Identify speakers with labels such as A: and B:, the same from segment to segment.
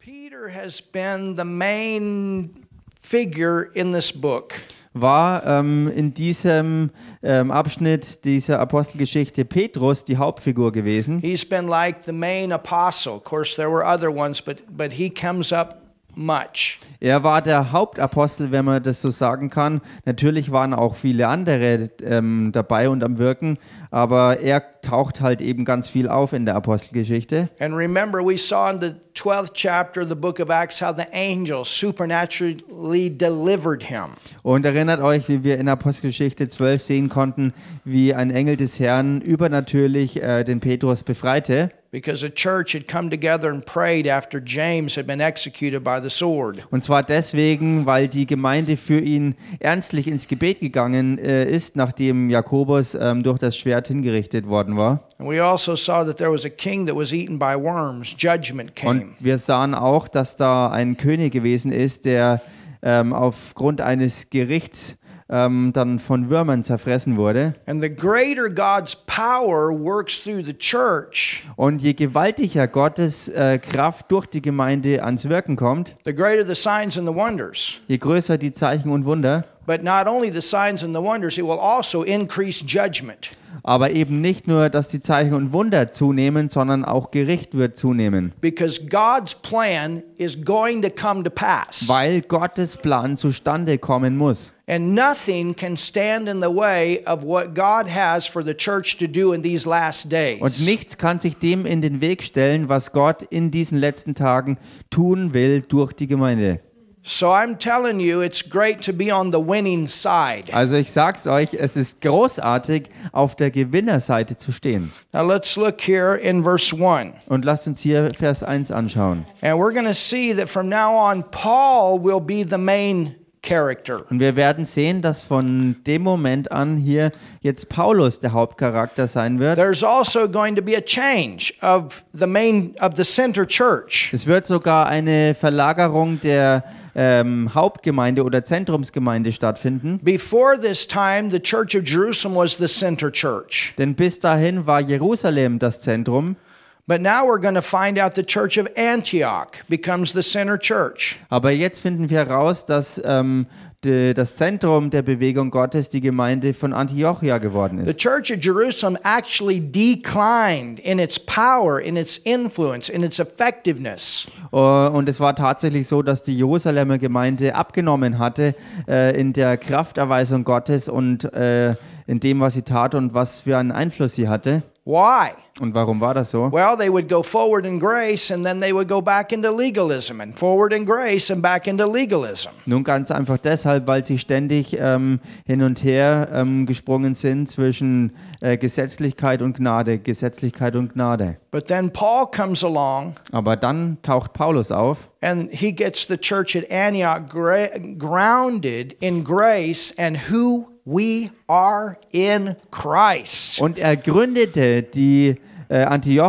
A: Peter has been the main figure in this book.
B: war ähm, in diesem ähm, Abschnitt dieser Apostelgeschichte Petrus die Hauptfigur gewesen.
A: He's been like the main apostle. Of course, there were other ones, but but he comes up much.
B: Er war der Hauptapostel, wenn man das so sagen kann. Natürlich waren auch viele andere ähm, dabei und am Wirken, aber er taucht halt eben ganz viel auf in der Apostelgeschichte.
A: And remember, we saw in the 12th chapter of the book of Acts how the angel supernaturally delivered him.
B: Und erinnert euch, wie wir in Apostelgeschichte 12 sehen konnten, wie ein Engel des Herrn übernatürlich äh, den Petrus befreite.
A: because the church had come together and prayed after James had been executed by the sword.
B: Und zwar deswegen, weil die Gemeinde für ihn ernstlich ins Gebet gegangen äh, ist, nachdem Jakobus ähm, durch das Schwert hingerichtet worden war.
A: And we also saw that there was a king that was eaten by worms. Judgment
B: Und
A: came.
B: wir sahen auch, dass da ein König gewesen ist, der ähm, aufgrund eines Gerichts ähm, dann von Würmern zerfressen wurde.
A: And the greater God's power works through the church,
B: Und je gewaltiger Gottes äh, Kraft durch die Gemeinde ans Wirken kommt,
A: the greater the signs and the wonders.
B: je größer die Zeichen und Wunder,
A: But not only the signs and the wonders, it will also increase judgment.
B: aber eben nicht nur, dass die Zeichen und Wunder zunehmen, sondern auch Gericht wird zunehmen.
A: Because God's plan is going to come to pass.
B: weil Gottes Plan zustande kommen muss.
A: And nothing can stand in the way of what God has for the church to do in these last days.
B: Und nichts kann sich dem in den Weg stellen, was Gott in diesen letzten Tagen tun will durch die Gemeinde.
A: So I'm telling you, it's great to be on the winning side.
B: Also ich sag's euch, es ist großartig, auf der Gewinnerseite zu stehen.
A: Now let's look here in verse 1.
B: Und lasst uns hier Vers 1 anschauen.
A: And we're going to see that from now on, Paul will be the main character.
B: Und wir werden sehen, dass von dem Moment an hier jetzt Paulus der Hauptcharakter sein wird.
A: There's also going to be a change of the main, of the center church.
B: Es wird sogar eine Verlagerung der ähm, Hauptgemeinde oder Zentrumsgemeinde stattfinden.
A: Before this time, the church of Jerusalem was the center church.
B: Denn bis dahin war Jerusalem das Zentrum,
A: But now we're going to find out the church of Antioch becomes the center church.
B: aber jetzt finden wir heraus, dass ähm, de, das Zentrum der Bewegung Gottes die Gemeinde von Antiochia geworden
A: The
B: ist.
A: church of Jerusalem actually declined in its power, in its influence, in its effectiveness.
B: Uh, Und es war tatsächlich so, dass die Jerusalemer Gemeinde abgenommen hatte äh, in der Krafterweisung Gottes und äh, in dem, was sie tat und was für einen Einfluss sie hatte.
A: Why?
B: Und warum war das so?
A: Well, they would go forward in grace and then they would go back into legalism and forward in grace and back into legalism.
B: Nun ganz einfach deshalb, weil sie ständig ähm, hin und her ähm, gesprungen sind zwischen äh, Gesetzlichkeit und Gnade, Gesetzlichkeit und Gnade.
A: But then Paul comes along
B: Aber dann taucht Paulus auf
A: and he gets the church at Antioch gra- grounded in grace and who we are in Christ.
B: und er gründete die äh,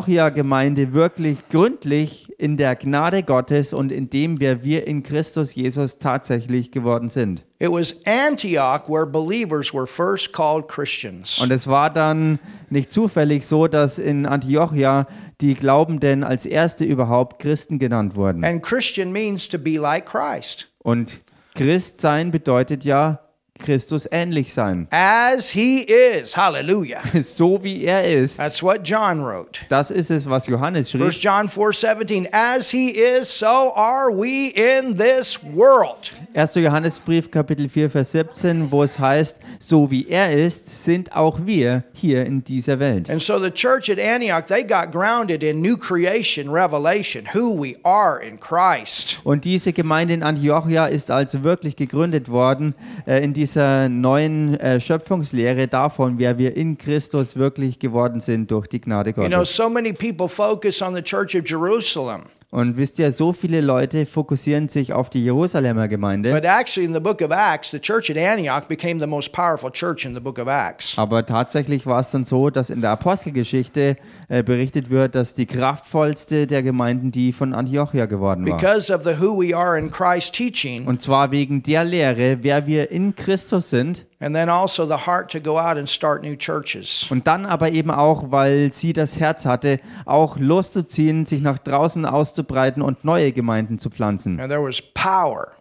B: Antiochia-Gemeinde wirklich gründlich in der Gnade Gottes und in dem, wer wir in Christus Jesus tatsächlich geworden sind.
A: It was Antioch where believers were first called Christians.
B: Und es war dann nicht zufällig so, dass in Antiochia die Glaubenden als erste überhaupt Christen genannt wurden.
A: And Christian means to be like Christ,
B: Und Christ sein bedeutet ja Christus ähnlich sein.
A: as he is. Hallelujah.
B: So wie er ist.
A: That's what John wrote.
B: Das ist es, was Johannes schrieb.
A: 1 John 4 17, as he is, so are we in this world.
B: 1. Johannesbrief, Kapitel 4, Vers 17, wo es heißt, so wie er ist, sind auch wir hier in dieser Welt.
A: And so the church at Antioch, they got grounded in new creation revelation, who we are in Christ.
B: Und diese Gemeinde in Antiochia ist also wirklich gegründet worden äh, in dieser neuen äh, Schöpfungslehre davon, wer wir in Christus wirklich geworden sind durch die Gnade
A: You know,
B: Gottes.
A: Genau so many people focus on the church of Jerusalem,
B: Und wisst ihr, so viele Leute fokussieren sich auf die Jerusalemer Gemeinde.
A: but actually, in the book of Acts, the church at Antioch became the most powerful church in the book of Acts.
B: Aber tatsächlich war es dann so, dass in der Apostelgeschichte äh, berichtet wird, dass die kraftvollste der Gemeinden die von Antiochia geworden war.
A: Because of the who we are in Christ teaching,
B: Und zwar wegen der Lehre, wer wir in Christus sind.
A: And then also the heart to go out and start new churches.
B: Und dann aber eben auch, weil sie das Herz hatte, auch loszuziehen, sich nach draußen auszubreiten und neue Gemeinden zu pflanzen.
A: And there was power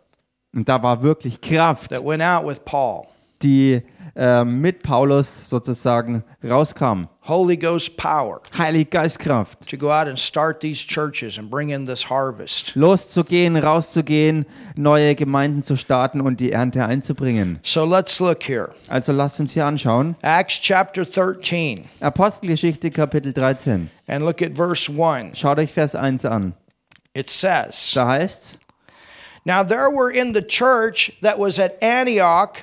B: Und da war wirklich Kraft,
A: that went out with Paul.
B: die ähm, mit Paulus sozusagen rauskam.
A: Holy Ghost power
B: Heilig Geistkraft.
A: to go out and start these churches and bring in this harvest.
B: Loszugehen, rauszugehen, neue Gemeinden zu starten und die Ernte einzubringen.
A: So let's look here.
B: Also lasst uns hier anschauen.
A: Acts chapter 13
B: Apostelgeschichte Kapitel 13.
A: and look at verse 1.
B: Schaut euch Vers 1 an.
A: It says,
B: Da heißt's,
A: Now there were in the church that was at Antioch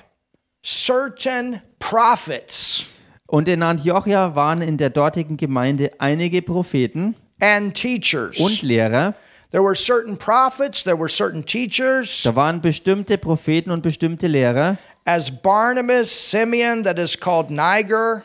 A: certain prophets
B: und in Antiochia waren in der dortigen Gemeinde einige Propheten
A: and teachers.
B: und Lehrer.
A: There were certain prophets, there were certain teachers,
B: Da waren bestimmte Propheten und bestimmte Lehrer,
A: as Barnabas, Simeon, that is called Niger,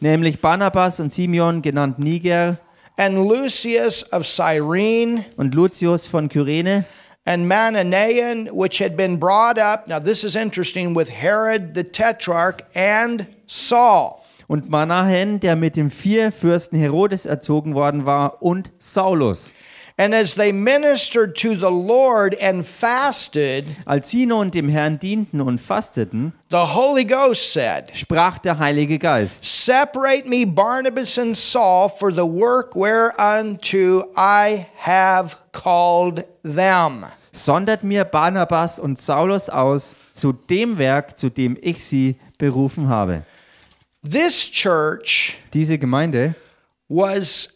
B: nämlich Barnabas und Simeon, genannt Niger,
A: and Lucius of Cyrene,
B: und Lucius von Kyrene
A: and Mananaean, which had been brought up, now this is interesting, with Herod the Tetrarch and Saul.
B: und Manahen, der mit dem Vierfürsten Herodes erzogen worden war, und Saulus.
A: And as they ministered to the Lord and fasted,
B: Als sie nun dem Herrn dienten und fasteten,
A: the Holy Ghost said,
B: sprach der Heilige Geist,
A: Separate me Barnabas and Saul for the work whereunto I have called them.
B: sondert mir Barnabas und Saulus aus zu dem Werk, zu dem ich sie berufen habe.
A: This church
B: Diese Gemeinde
A: was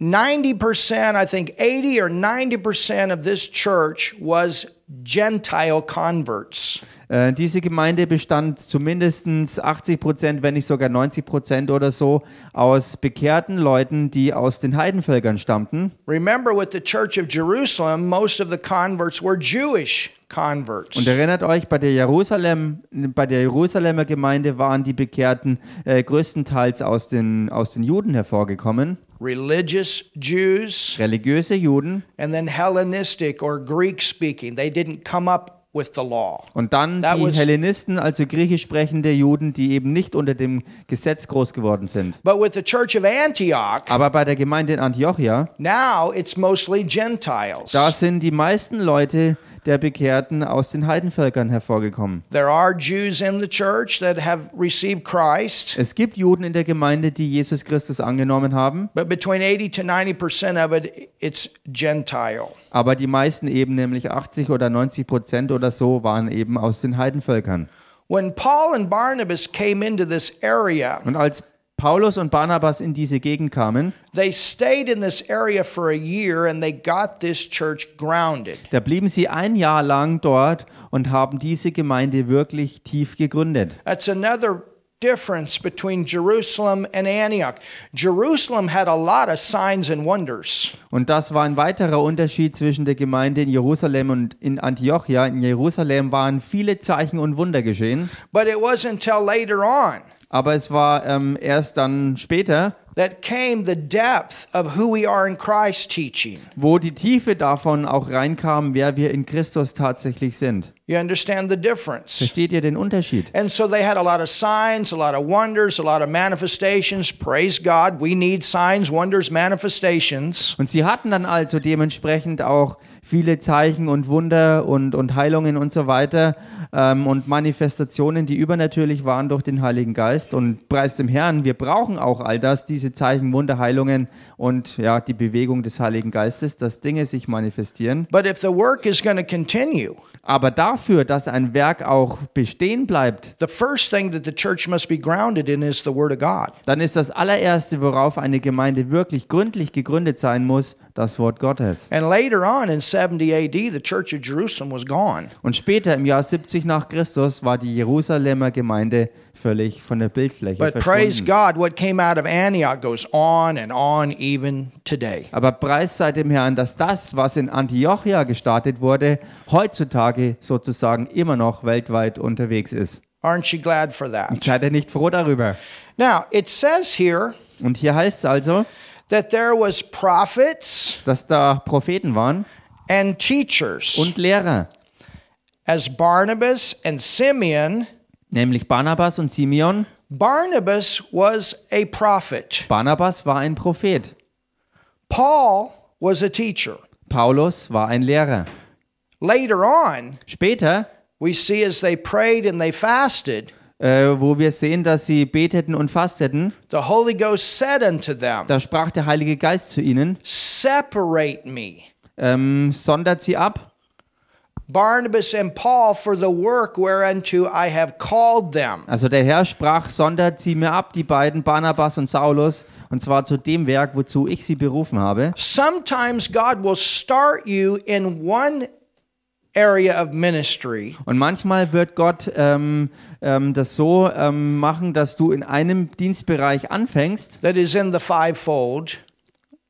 A: 90%, I think 80 or 90% of this church was Gentile converts.
B: Äh, diese Gemeinde bestand zu mindestens 80 Prozent, wenn nicht sogar 90 Prozent oder so, aus bekehrten Leuten, die aus den Heidenvölkern stammten.
A: Remember, with the church of Jerusalem, most of the converts were Jewish converts.
B: Und erinnert euch, bei der, Jerusalem, bei der Jerusalemer Gemeinde waren die Bekehrten äh, größtenteils aus den, aus den Juden hervorgekommen,
A: Religious Jews
B: religiöse Juden,
A: and then Hellenistic or Greek speaking. They didn't come up with the law.
B: und dann
A: That
B: die
A: was-
B: Hellenisten, also griechisch sprechende Juden, die eben nicht unter dem Gesetz groß geworden sind.
A: But with the church of Antioch,
B: Aber bei der Gemeinde in Antiochia,
A: now it's mostly Gentiles.
B: da sind die meisten Leute der Bekehrten aus den Heidenvölkern hervorgekommen.
A: There are Jews in the church that have received Christ,
B: Es gibt Juden in der Gemeinde, die Jesus Christus angenommen haben,
A: but between 80 to 90% of it, it's Gentile.
B: aber die meisten eben, nämlich 80 oder 90 Prozent oder so, waren eben aus den Heidenvölkern.
A: When Paul and Barnabas came into this area,
B: Und als Paulus und Barnabas in diese Gegend kamen,
A: they stayed in this area for a year and they got this church grounded.
B: da blieben sie ein Jahr lang dort und haben diese Gemeinde wirklich tief gegründet.
A: That's another difference between Jerusalem and Antioch. Jerusalem had a lot of signs and wonders.
B: Und das war ein weiterer Unterschied zwischen der Gemeinde in Jerusalem und in Antiochia. In Jerusalem waren viele Zeichen und Wunder geschehen,
A: But it wasn't until later on
B: aber es war ähm, erst dann später,
A: that came the depth of who we are in Christ teaching.
B: wo die Tiefe davon auch reinkam, wer wir in Christus tatsächlich sind.
A: You understand the difference?
B: Versteht ihr den Unterschied?
A: And so they had a lot of signs, a lot of wonders, a lot of manifestations. Praise God, we need signs, wonders, manifestations.
B: Und sie hatten dann also dementsprechend auch viele Zeichen und Wunder und, und Heilungen und so weiter ähm, und Manifestationen, die übernatürlich waren durch den Heiligen Geist. Und preis dem Herrn, wir brauchen auch all das, diese Zeichen, Wunder, Heilungen und ja, die Bewegung des Heiligen Geistes, dass Dinge sich manifestieren.
A: But if the work is going to continue,
B: Aber dafür, dass ein Werk auch bestehen bleibt,
A: the first thing that the church must be grounded in is the Word of God.
B: dann ist das allererste, worauf eine Gemeinde wirklich gründlich gegründet sein muss, das Wort Gottes.
A: And later on in 70 AD, the church of Jerusalem was gone.
B: Und später im Jahr 70 nach Christus war die Jerusalemer Gemeinde völlig von der Bildfläche
A: But praise
B: verschwunden.
A: God, what came out of Antioch goes on and on even today.
B: Aber preis sei dem Herrn, dass das, was in Antiochia gestartet wurde, heutzutage sozusagen immer noch weltweit unterwegs ist.
A: Aren't you glad for that?
B: Seid ihr nicht froh darüber?
A: Now, it says here
B: Und hier heißt es also,
A: that there was prophets
B: dass da Propheten waren
A: and teachers
B: und Lehrer,
A: as Barnabas and Simeon.
B: nämlich Barnabas und Simeon.
A: Barnabas was a prophet.
B: Barnabas war ein Prophet.
A: Paul was a teacher.
B: Paulus war ein Lehrer.
A: Later on,
B: Später,
A: we see as they prayed and they fasted,
B: äh, wo wir sehen, dass sie beteten und fasteten,
A: the Holy Ghost said unto them,
B: da sprach der Heilige Geist zu ihnen,
A: Separate me,
B: ähm, sondert sie ab,
A: Barnabas and Paul, for the work whereunto I have called them.
B: also der Herr sprach, sondert sie mir ab, die beiden, Barnabas und Saulus, und zwar zu dem Werk, wozu ich sie berufen habe.
A: Sometimes God will start you in one area of ministry
B: Und manchmal wird Gott ähm, ähm, das so ähm, machen, dass du in einem Dienstbereich anfängst,
A: that is in the fivefold.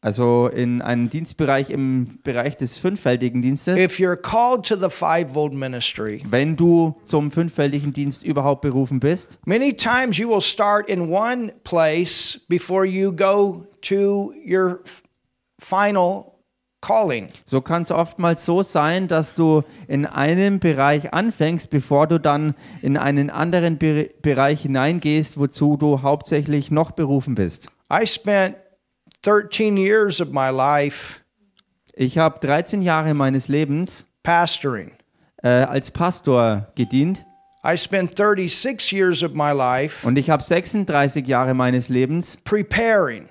B: also in einem Dienstbereich im Bereich des fünffältigen Dienstes,
A: If you're called to the fivefold ministry,
B: wenn du zum fünffältigen Dienst überhaupt berufen bist.
A: many times you will start in one place before you go to your f- final calling.
B: So kann es oftmals so sein, dass du in einem Bereich anfängst, bevor du dann in einen anderen Be Bereich hineingehst, wozu du hauptsächlich noch berufen bist.
A: I spent 13 years of my life
B: Ich habe 13 Jahre meines Lebens
A: pastoring.
B: äh, als Pastor gedient.
A: I spent 36 years of my life
B: Und ich habe 36 Jahre meines Lebens
A: preparing.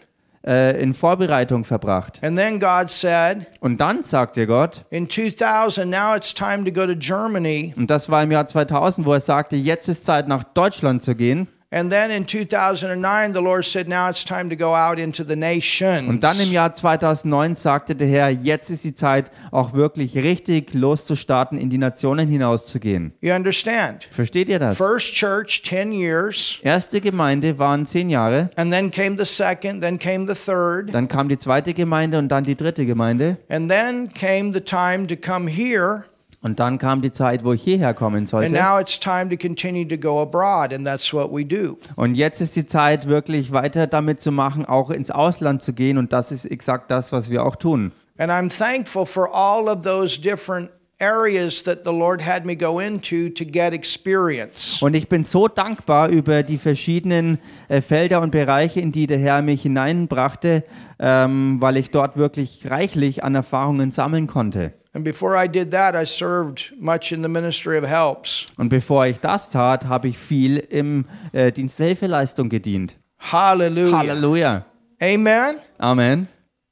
B: äh, in Vorbereitung verbracht.
A: And then God said,
B: Und dann sagte Gott,
A: in 2000, now it's time to go to Germany.
B: und das war im Jahr 2000, wo er sagte, jetzt ist Zeit, nach Deutschland zu gehen.
A: And then in 2009, the Lord said, now it's time to go out into the nations.
B: Und dann im Jahr 2009 sagte der Herr, jetzt ist die Zeit, auch wirklich richtig loszustarten, in die Nationen hinauszugehen.
A: you understand?
B: Versteht ihr das?
A: First church, 10 years.
B: Erste Gemeinde waren zehn Jahre,
A: And then came the second, then came the third.
B: dann kam die zweite Gemeinde und dann die dritte Gemeinde.
A: And then came the time to come here.
B: Und dann kam die Zeit, wo ich hierher kommen
A: And
B: sollte.
A: now it's time to continue to go abroad. And that's what we do.
B: Und jetzt ist die Zeit, wirklich weiter damit zu machen, auch ins Ausland zu gehen. Und das ist exakt das, was wir auch tun.
A: And I'm thankful for all of those different areas that the Lord had me go into to get experience.
B: Und ich bin so dankbar über die verschiedenen äh, Felder und Bereiche, in die der Herr mich hineinbrachte, ähm, weil ich dort wirklich reichlich an Erfahrungen sammeln konnte.
A: And before I did that, I served much in the ministry of helps.
B: Und bevor ich das tat, habe ich viel im äh, Dienst der Hilfeleistung gedient.
A: Hallelujah.
B: Halleluja.
A: Amen.
B: Amen.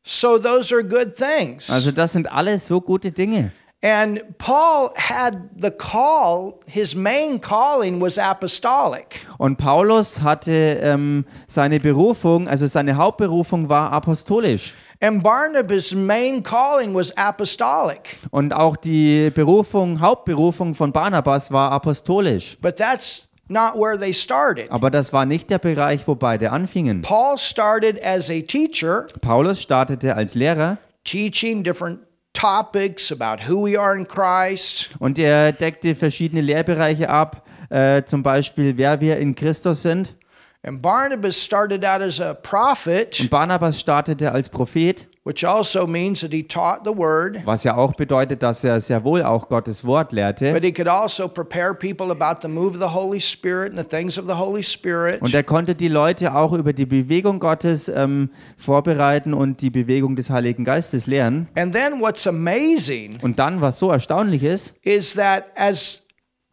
A: So those are good things.
B: Also das sind alles so gute Dinge.
A: and Paul had the call, his main calling was apostolic.
B: Und Paulus hatte ähm, seine Berufung, also seine Hauptberufung war apostolisch.
A: And Barnabas' main calling was apostolic.
B: Und auch die Berufung, Hauptberufung von Barnabas war apostolisch.
A: But that's not where they started.
B: Aber das war nicht der Bereich, wo beide anfingen.
A: Paul started as a teacher,
B: Paulus startete als Lehrer
A: teaching different topics about who we are in Christ,
B: und er deckte verschiedene Lehrbereiche ab, äh, zum Beispiel, wer wir in Christus sind.
A: and Barnabas started out as a prophet,
B: Barnabas startete als Prophet,
A: which also means that he taught the word,
B: was ja auch bedeutet, dass er sehr wohl auch Gottes Wort lehrte.
A: but he could also prepare people about the move of the Holy Spirit and the things of the Holy Spirit.
B: Und er konnte die Leute auch über die Bewegung Gottes ähm, vorbereiten und die Bewegung des Heiligen Geistes lehren.
A: And then what's amazing
B: Und dann, was so erstaunlich ist,
A: is that as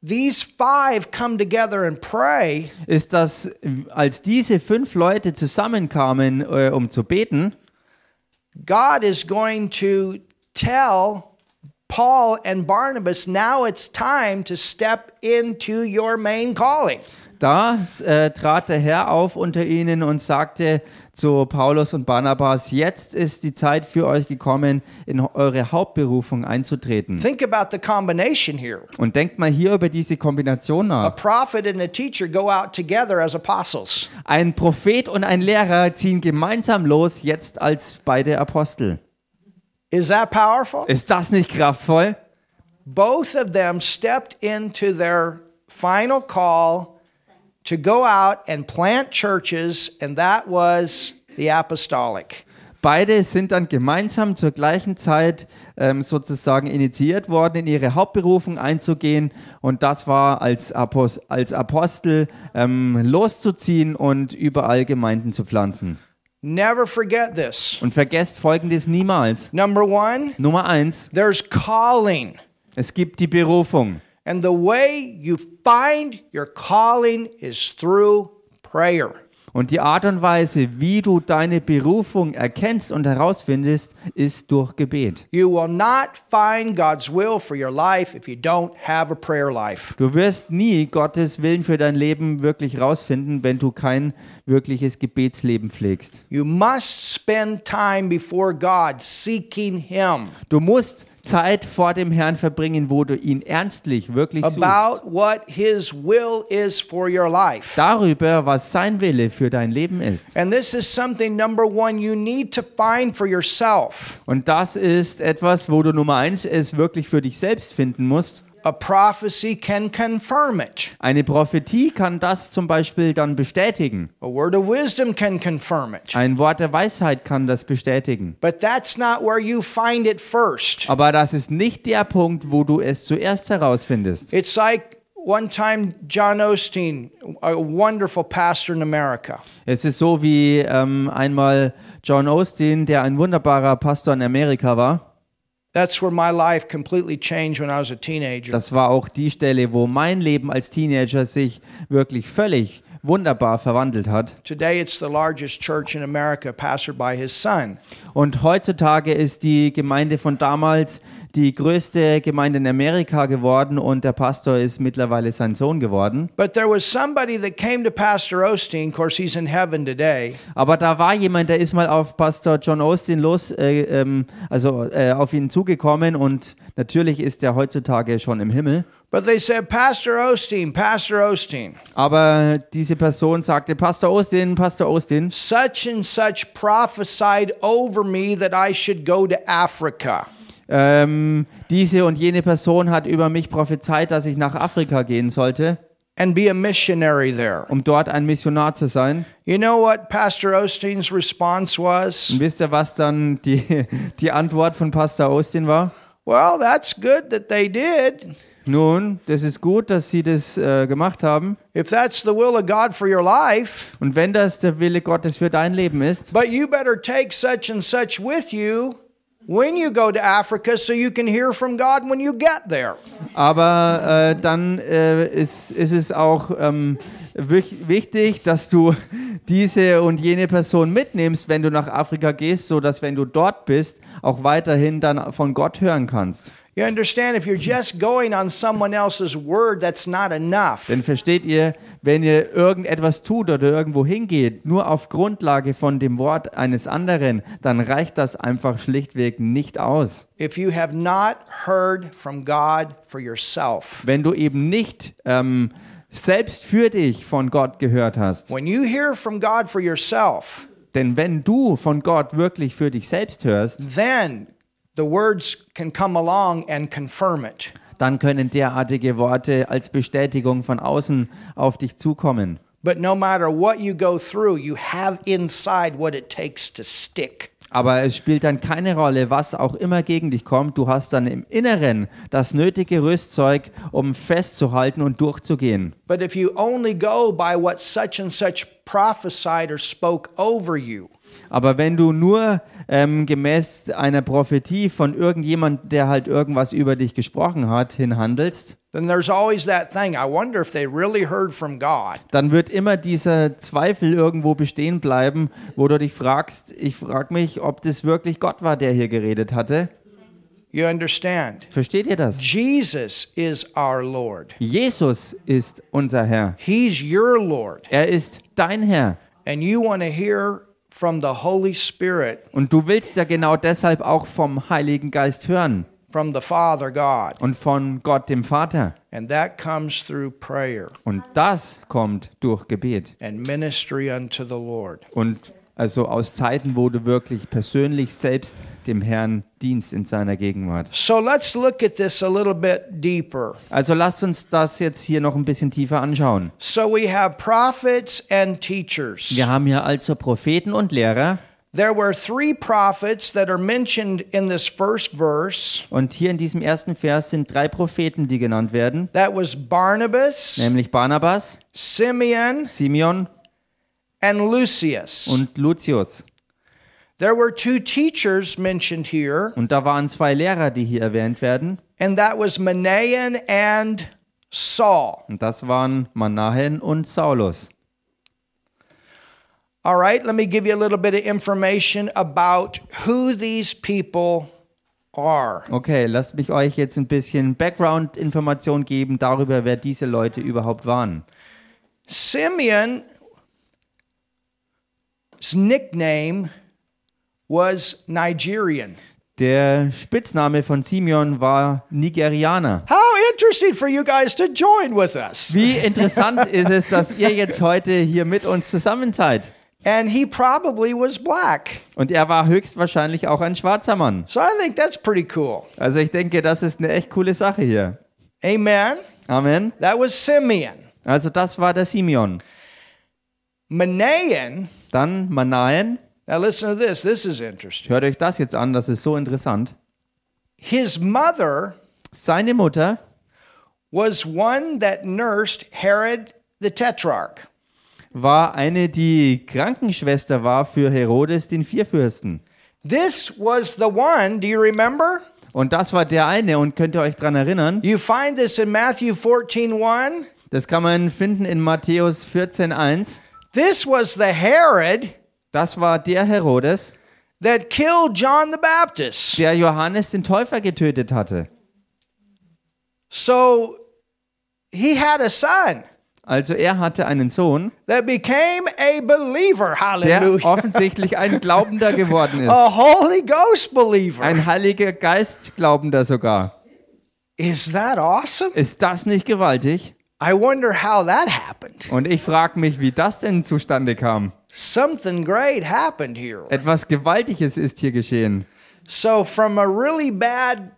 A: these five come together and pray,
B: ist, dass äh, als diese fünf Leute zusammenkamen, äh, um zu beten,
A: God is going to tell Paul and Barnabas, now it's time to step into your main calling.
B: Da äh, trat der Herr auf unter ihnen und sagte zu Paulus und Barnabas, jetzt ist die Zeit für euch gekommen, in eure Hauptberufung einzutreten.
A: Think about the combination here.
B: Und denkt mal hier über diese Kombination
A: A
B: nach.
A: prophet and a teacher go out together as apostles.
B: Ein Prophet und ein Lehrer ziehen gemeinsam los, jetzt als beide Apostel.
A: Is that powerful?
B: Ist das nicht kraftvoll?
A: Both of them stepped into their final call to go out and plant churches, and that was the apostolic.
B: Beide sind dann gemeinsam zur gleichen Zeit ähm, sozusagen initiiert worden, in ihre Hauptberufung einzugehen. Und das war als, Apos als Apostel ähm, loszuziehen und überall Gemeinden zu pflanzen.
A: Never forget this.
B: Und vergesst Folgendes niemals.
A: Number one,
B: Nummer eins,
A: there's calling.
B: es gibt die Berufung.
A: And the way you find your calling is through prayer.
B: Und die Art und Weise, wie du deine Berufung erkennst und herausfindest, ist durch Gebet.
A: You will not find God's will for your life if you don't have a prayer life.
B: Du wirst nie Gottes Willen für dein Leben wirklich rausfinden, wenn du kein wirkliches Gebetsleben pflegst.
A: You must spend time before God seeking Him
B: Du musst Zeit vor dem Herrn verbringen, wo du ihn ernstlich wirklich suchst.
A: about what His will is for your life.
B: Darüber, was sein Wille für dein Leben ist.
A: And this is something, number one, you need to find for yourself
B: Und das ist etwas, wo du Nummer eins es wirklich für dich selbst finden musst.
A: a prophecy can confirm it.
B: Eine Prophetie kann das zum Beispiel dann bestätigen.
A: A word of wisdom can confirm it.
B: Ein Wort der Weisheit kann das bestätigen.
A: But that's not where you find it first.
B: Aber das ist nicht der Punkt, wo du es zuerst herausfindest.
A: It's like one time John Osteen, a wonderful pastor in America,
B: Es ist so wie ähm, einmal John Osteen, der ein wunderbarer Pastor in Amerika war.
A: that's where my life completely changed when I was a teenager.
B: Das war auch die Stelle, wo mein Leben als Teenager sich wirklich völlig wunderbar verwandelt hat.
A: Today, it's the largest church in America, pastored by his son.
B: Und heutzutage ist die Gemeinde von damals die größte Gemeinde in Amerika geworden und der Pastor ist mittlerweile sein Sohn geworden.
A: But there was somebody that came to Pastor Osteen. Of course, he's in heaven today.
B: Aber da war jemand, der ist mal auf Pastor John Austin los, äh, ähm, also äh, auf ihn zugekommen und natürlich ist er heutzutage schon im Himmel.
A: But they said, Pastor Osteen, Pastor Osteen,
B: Aber diese Person sagte, Pastor Austin, Pastor Austin,
A: such and such prophesied over me that I should go to Africa.
B: ähm, diese und jene Person hat über mich prophezeit, dass ich nach Afrika gehen sollte,
A: and be a missionary there.
B: um dort ein Missionar zu sein.
A: You know what Pastor Osteen's response was?
B: Und wisst ihr, was dann die, die Antwort von Pastor Austin war?
A: Well, that's good that they did.
B: Nun, das ist gut, dass Sie das äh, gemacht haben.
A: If that's the will of God for your life,
B: Und wenn das der Wille Gottes für dein Leben ist,
A: but you better take such and such with you when you go to Africa so you can hear from God when you get there.
B: aber äh, dann äh, ist, ist es auch ähm, wich, wichtig, dass du diese und jene Person mitnimmst, wenn du nach Afrika gehst, so dass wenn du dort bist, auch weiterhin dann von Gott hören kannst.
A: You understand? If you're just going on someone else's word, that's not enough.
B: Denn versteht ihr, wenn ihr irgendetwas tut oder irgendwo hingeht, nur auf Grundlage von dem Wort eines anderen, dann reicht das einfach schlichtweg nicht aus.
A: If you have not heard from God for yourself,
B: Wenn du eben nicht ähm, selbst für dich von Gott gehört hast.
A: when you hear from God for yourself,
B: Denn wenn du von Gott wirklich für dich selbst hörst,
A: then the words can come along and confirm it.
B: dann können derartige Worte als Bestätigung von außen auf dich zukommen.
A: But no matter what you go through, you have inside what it takes to stick.
B: Aber es spielt dann keine Rolle, was auch immer gegen dich kommt. Du hast dann im Inneren das nötige Rüstzeug, um festzuhalten und durchzugehen.
A: But if you only go by what such and such prophesied or spoke over you,
B: Aber wenn du nur ähm, gemäß einer Prophetie von irgendjemand, der halt irgendwas über dich gesprochen hat, hinhandelst,
A: then there's always that thing. I wonder if they really heard from God.
B: dann wird immer dieser Zweifel irgendwo bestehen bleiben, wo du dich fragst, ich frage mich, ob das wirklich Gott war, der hier geredet hatte.
A: You understand?
B: Versteht ihr das?
A: Jesus is our Lord.
B: Jesus ist unser Herr.
A: He's your Lord.
B: Er ist dein Herr.
A: And you want to hear from the Holy Spirit,
B: Und du willst ja genau deshalb auch vom Heiligen Geist hören
A: from the Father God.
B: und von Gott dem Vater.
A: And that comes through prayer.
B: Und das kommt durch Gebet.
A: and ministry unto the Lord.
B: Und also aus Zeiten, wo du wirklich persönlich selbst dem Herrn dienst in seiner Gegenwart.
A: So let's look at this a little bit deeper.
B: Also lasst uns das jetzt hier noch ein bisschen tiefer anschauen.
A: So we have prophets and teachers.
B: Wir haben hier also Propheten und Lehrer.
A: There were three prophets that are mentioned in this first verse.
B: Und hier in diesem ersten Vers sind drei Propheten, die genannt werden,
A: That was Barnabas,
B: nämlich Barnabas,
A: Simeon,
B: Simeon
A: and Lucius.
B: und Lucius.
A: There were two teachers mentioned here,
B: Und da waren zwei Lehrer, die hier erwähnt werden.
A: and that was Menaean and Saul.
B: Und das waren Manahen und Saulus.
A: All right, let me give you a little bit of information about who these people are.
B: Okay, lasst mich euch jetzt ein bisschen Background-Information geben darüber, wer diese Leute überhaupt waren.
A: Simeon's nickname was Nigerian.
B: Der Spitzname von Simeon war Nigerianer.
A: How interesting for you guys to join with us.
B: Wie interessant ist es, dass ihr jetzt heute hier mit uns zusammen seid.
A: And he probably was black.
B: Und er war höchstwahrscheinlich auch ein schwarzer Mann.
A: So I think that's pretty cool.
B: Also ich denke, das ist eine echt coole Sache hier.
A: Amen.
B: Amen.
A: That was Simeon.
B: Also das war der Simeon.
A: Menaean,
B: Dann Manaen.
A: now listen to this, this is interesting.
B: Hört euch das jetzt an, das ist so interessant.
A: His mother
B: Seine Mutter
A: was one that nursed Herod the Tetrarch.
B: war eine, die Krankenschwester war für Herodes den Vierfürsten.
A: This was the one, do you remember?
B: Und das war der eine und könnt ihr euch dran erinnern?
A: You find this in Matthew 14
B: Das kann man finden in Matthäus 14,1.
A: This was the Herod
B: Das war der Herodes,
A: that killed John the Baptist.
B: der Johannes den Täufer getötet hatte.
A: So he had a son
B: Also er hatte einen Sohn,
A: that became a believer.
B: der
A: Hallelujah.
B: offensichtlich ein Glaubender geworden ist.
A: A Holy Ghost believer.
B: Ein Heiliger Geist Glaubender sogar.
A: Is that awesome?
B: Ist das nicht gewaltig?
A: I wonder how that happened.
B: Und ich frage mich, wie das denn zustande kam.
A: Something great happened here.
B: Etwas Gewaltiges ist hier geschehen.
A: So, from a really bad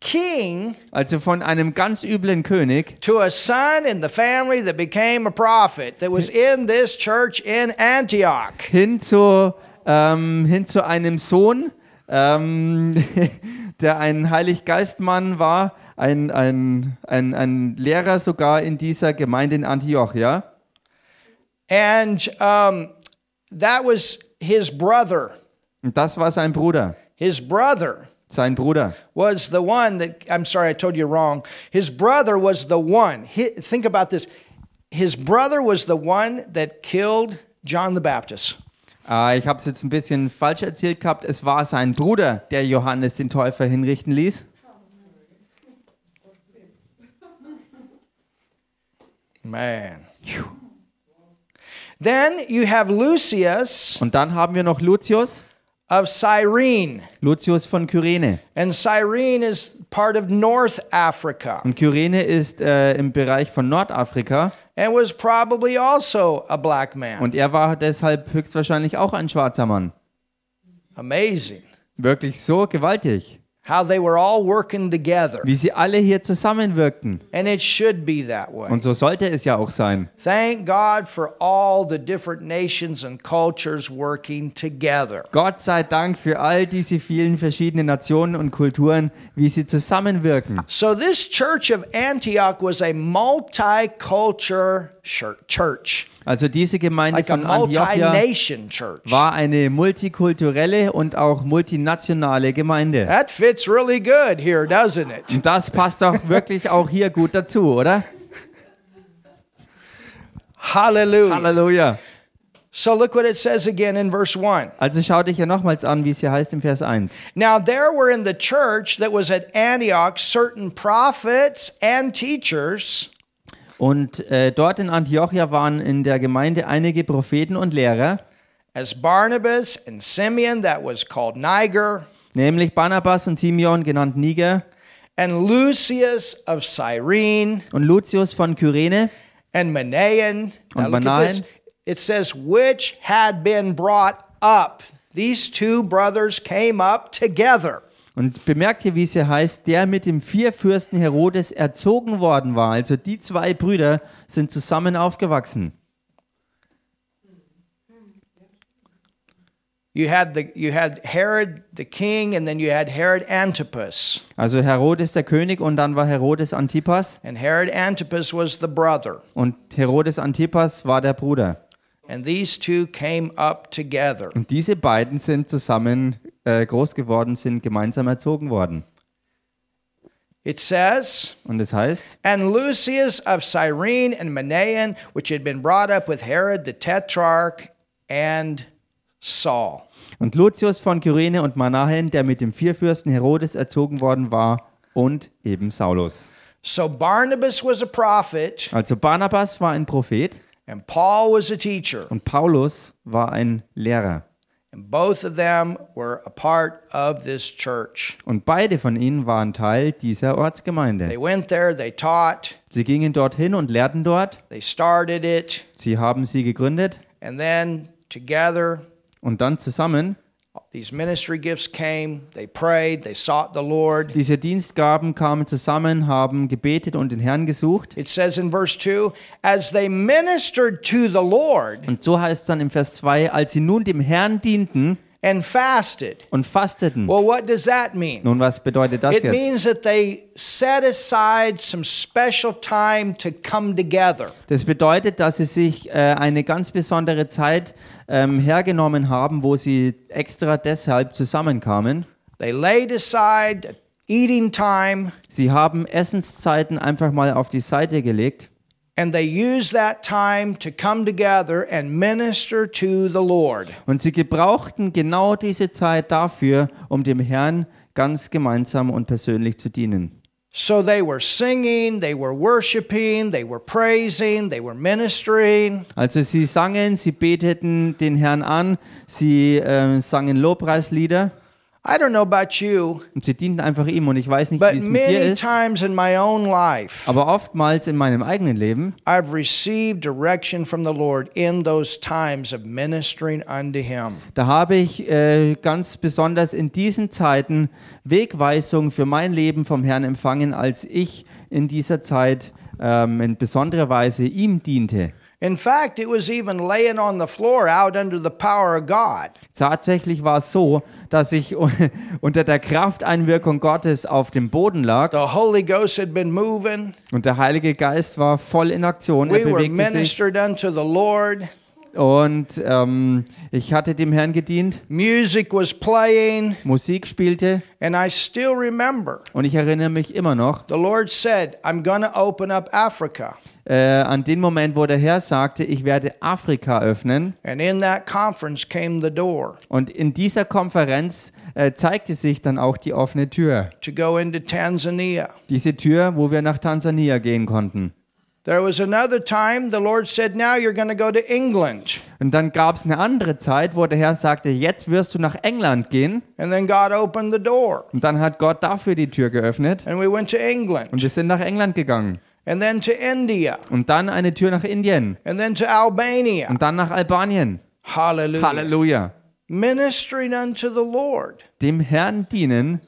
A: king
B: Also von einem ganz üblen König
A: to a son in the family that became a prophet that was in this church in Antioch.
B: hin zu, ähm, hin zu einem Sohn, ähm, der ein Heiliggeistmann war, ein, ein, ein, ein Lehrer sogar in dieser Gemeinde in Antiochia.
A: And um, that was his brother.
B: Und das war sein Bruder.
A: His brother
B: Sein Bruder.
A: was the one that, I'm sorry, I told you wrong. His brother was the one. Hi- think about this. His brother was the one that killed John the Baptist.
B: Äh, ich habe es jetzt ein bisschen falsch erzählt gehabt. Es war sein Bruder, der Johannes den Täufer hinrichten ließ.
A: Man. Then you have Lucius
B: Und dann haben wir noch Lucius.
A: of Cyrene.
B: Lucius von Kyrene.
A: And Cyrene is part of North Africa
B: Und Kyrene ist äh, im Bereich von Nordafrika.
A: and was probably also a black man.
B: Und er war deshalb höchstwahrscheinlich auch ein schwarzer Mann.
A: Amazing
B: Wirklich so gewaltig,
A: how they were all working together.
B: wie sie alle hier zusammenwirkten.
A: And it should be that way.
B: Und so sollte es ja auch sein.
A: Thank God for all the different nations and cultures working together.
B: Gott sei Dank für all diese vielen verschiedenen Nationen und Kulturen, wie sie zusammenwirken.
A: So, this church of Antioch was a multicultural shir- church,
B: Also diese Gemeinde
A: like a
B: von Antiochia
A: multi-nation church.
B: war eine multikulturelle und auch multinationale Gemeinde.
A: That fits really good here, doesn't it?
B: Und das passt doch wirklich auch hier gut dazu, oder?
A: Hallelujah.
B: Halleluja.
A: So, look what it says again in verse 1.
B: Also schau dich ja nochmals an, wie es hier heißt im Vers 1.
A: Now, there were in the church that was at Antioch certain prophets and teachers.
B: Und äh, dort in Antiochia waren in der Gemeinde einige Propheten und Lehrer,
A: as Barnabas and Simeon, that was called Niger,
B: nämlich Barnabas und Simeon, genannt Niger,
A: and Lucius of Cyrene,
B: und Lucius von Kyrene.
A: and Manaen. Now
B: Und
A: look at this.
B: Manaen.
A: It says, which had been brought up. These two brothers came up together.
B: Und bemerkt ihr, wie es hier heißt, der mit dem Vierfürsten Herodes erzogen worden war. Also die zwei Brüder sind zusammen aufgewachsen.
A: You had, the, you had Herod the king, and then you had Herod Antipas.
B: Also Herodes der König und dann war Herodes Antipas
A: And Herod Antipas was the brother.
B: und Herodes Antipas war der Bruder.
A: and these two came up together.
B: Und diese beiden sind zusammen äh, groß geworden, sind gemeinsam erzogen worden.
A: It says,
B: Und das heißt,
A: And Lucius of Cyrene and Manaen, which had been brought up with Herod the Tetrarch and Saul.
B: und Lucius von Kyrene und Manahen, der mit dem Vierfürsten Herodes erzogen worden war, und eben Saulus.
A: So Barnabas was a prophet,
B: Also Barnabas war ein Prophet
A: and Paul was a teacher,
B: und Paulus war ein Lehrer.
A: and both of them were a part of this church.
B: Und beide von ihnen waren Teil dieser
A: They
B: Ortsgemeinde.
A: went there, they taught,
B: Sie gingen dorthin und lehrten dort.
A: they started it,
B: Sie haben sie gegründet.
A: and then together
B: Und dann zusammen,
A: these ministry gifts came, they prayed, they sought the Lord.
B: diese Dienstgaben kamen zusammen, haben gebetet und den Herrn gesucht.
A: It says in verse 2 as they ministered to the Lord
B: Und so heißt es dann im Vers 2, als sie nun dem Herrn dienten
A: and fasted.
B: und fasteten.
A: Well, what does that mean?
B: Nun, was bedeutet das
A: It
B: jetzt?
A: means that they set aside some special time to come together.
B: Das bedeutet, dass sie sich äh, eine ganz besondere Zeit ähm, hergenommen haben, wo sie extra deshalb zusammenkamen.
A: They laid aside eating time
B: Sie haben Essenszeiten einfach mal auf die Seite gelegt
A: and they used that time to come together and minister to the Lord.
B: und sie gebrauchten genau diese Zeit dafür, um dem Herrn ganz gemeinsam und persönlich zu dienen.
A: So they were singing, they were worshiping, they were praising, they were ministering.
B: Also sie sangen, sie beteten den Herrn an, sie äh, sangen Lobpreislieder
A: I don't know about you,
B: und sie dienten einfach ihm. Und ich weiß nicht,
A: but
B: wie es mit dir
A: many
B: ist,
A: times in my own life,
B: aber oftmals in meinem eigenen Leben
A: I've received direction from the Lord in those times of ministering unto Him.
B: Da habe ich äh, ganz besonders in diesen Zeiten Wegweisung für mein Leben vom Herrn empfangen, als ich in dieser Zeit ähm, in besonderer Weise ihm diente.
A: In fact, it was even laying on the floor out under the power of God.
B: Tatsächlich war es so, dass ich unter der Krafteinwirkung Gottes auf dem Boden lag
A: The Holy Ghost had been moving.
B: und der Heilige Geist war voll in Aktion.
A: We
B: Er
A: were
B: bewegte sich
A: ministered unto the Lord.
B: und ähm, ich hatte dem Herrn gedient,
A: Music was playing.
B: Musik spielte
A: And I still remember
B: und ich erinnere mich immer noch
A: the Lord said, I'm going to open up Africa.
B: äh, an den Moment, wo der Herr sagte, ich werde Afrika öffnen.
A: And in that conference came the door
B: Und in dieser Konferenz äh, zeigte sich dann auch die offene Tür.
A: to go into Tanzania.
B: Diese Tür, wo wir nach Tansania gehen konnten.
A: There was another time the Lord said, Now you're going to go to England.
B: Und dann gab es eine andere Zeit, wo der Herr sagte, jetzt wirst du nach England gehen.
A: And then God opened the door.
B: Und dann hat Gott dafür die Tür geöffnet.
A: And we went to England.
B: Und wir sind nach England gegangen.
A: And then to India.
B: Und dann eine Tür nach Indien.
A: And then to Albania.
B: Und dann nach Albanien.
A: Hallelujah.
B: Halleluja.
A: Ministering unto the Lord.
B: Dem Herrn dienen,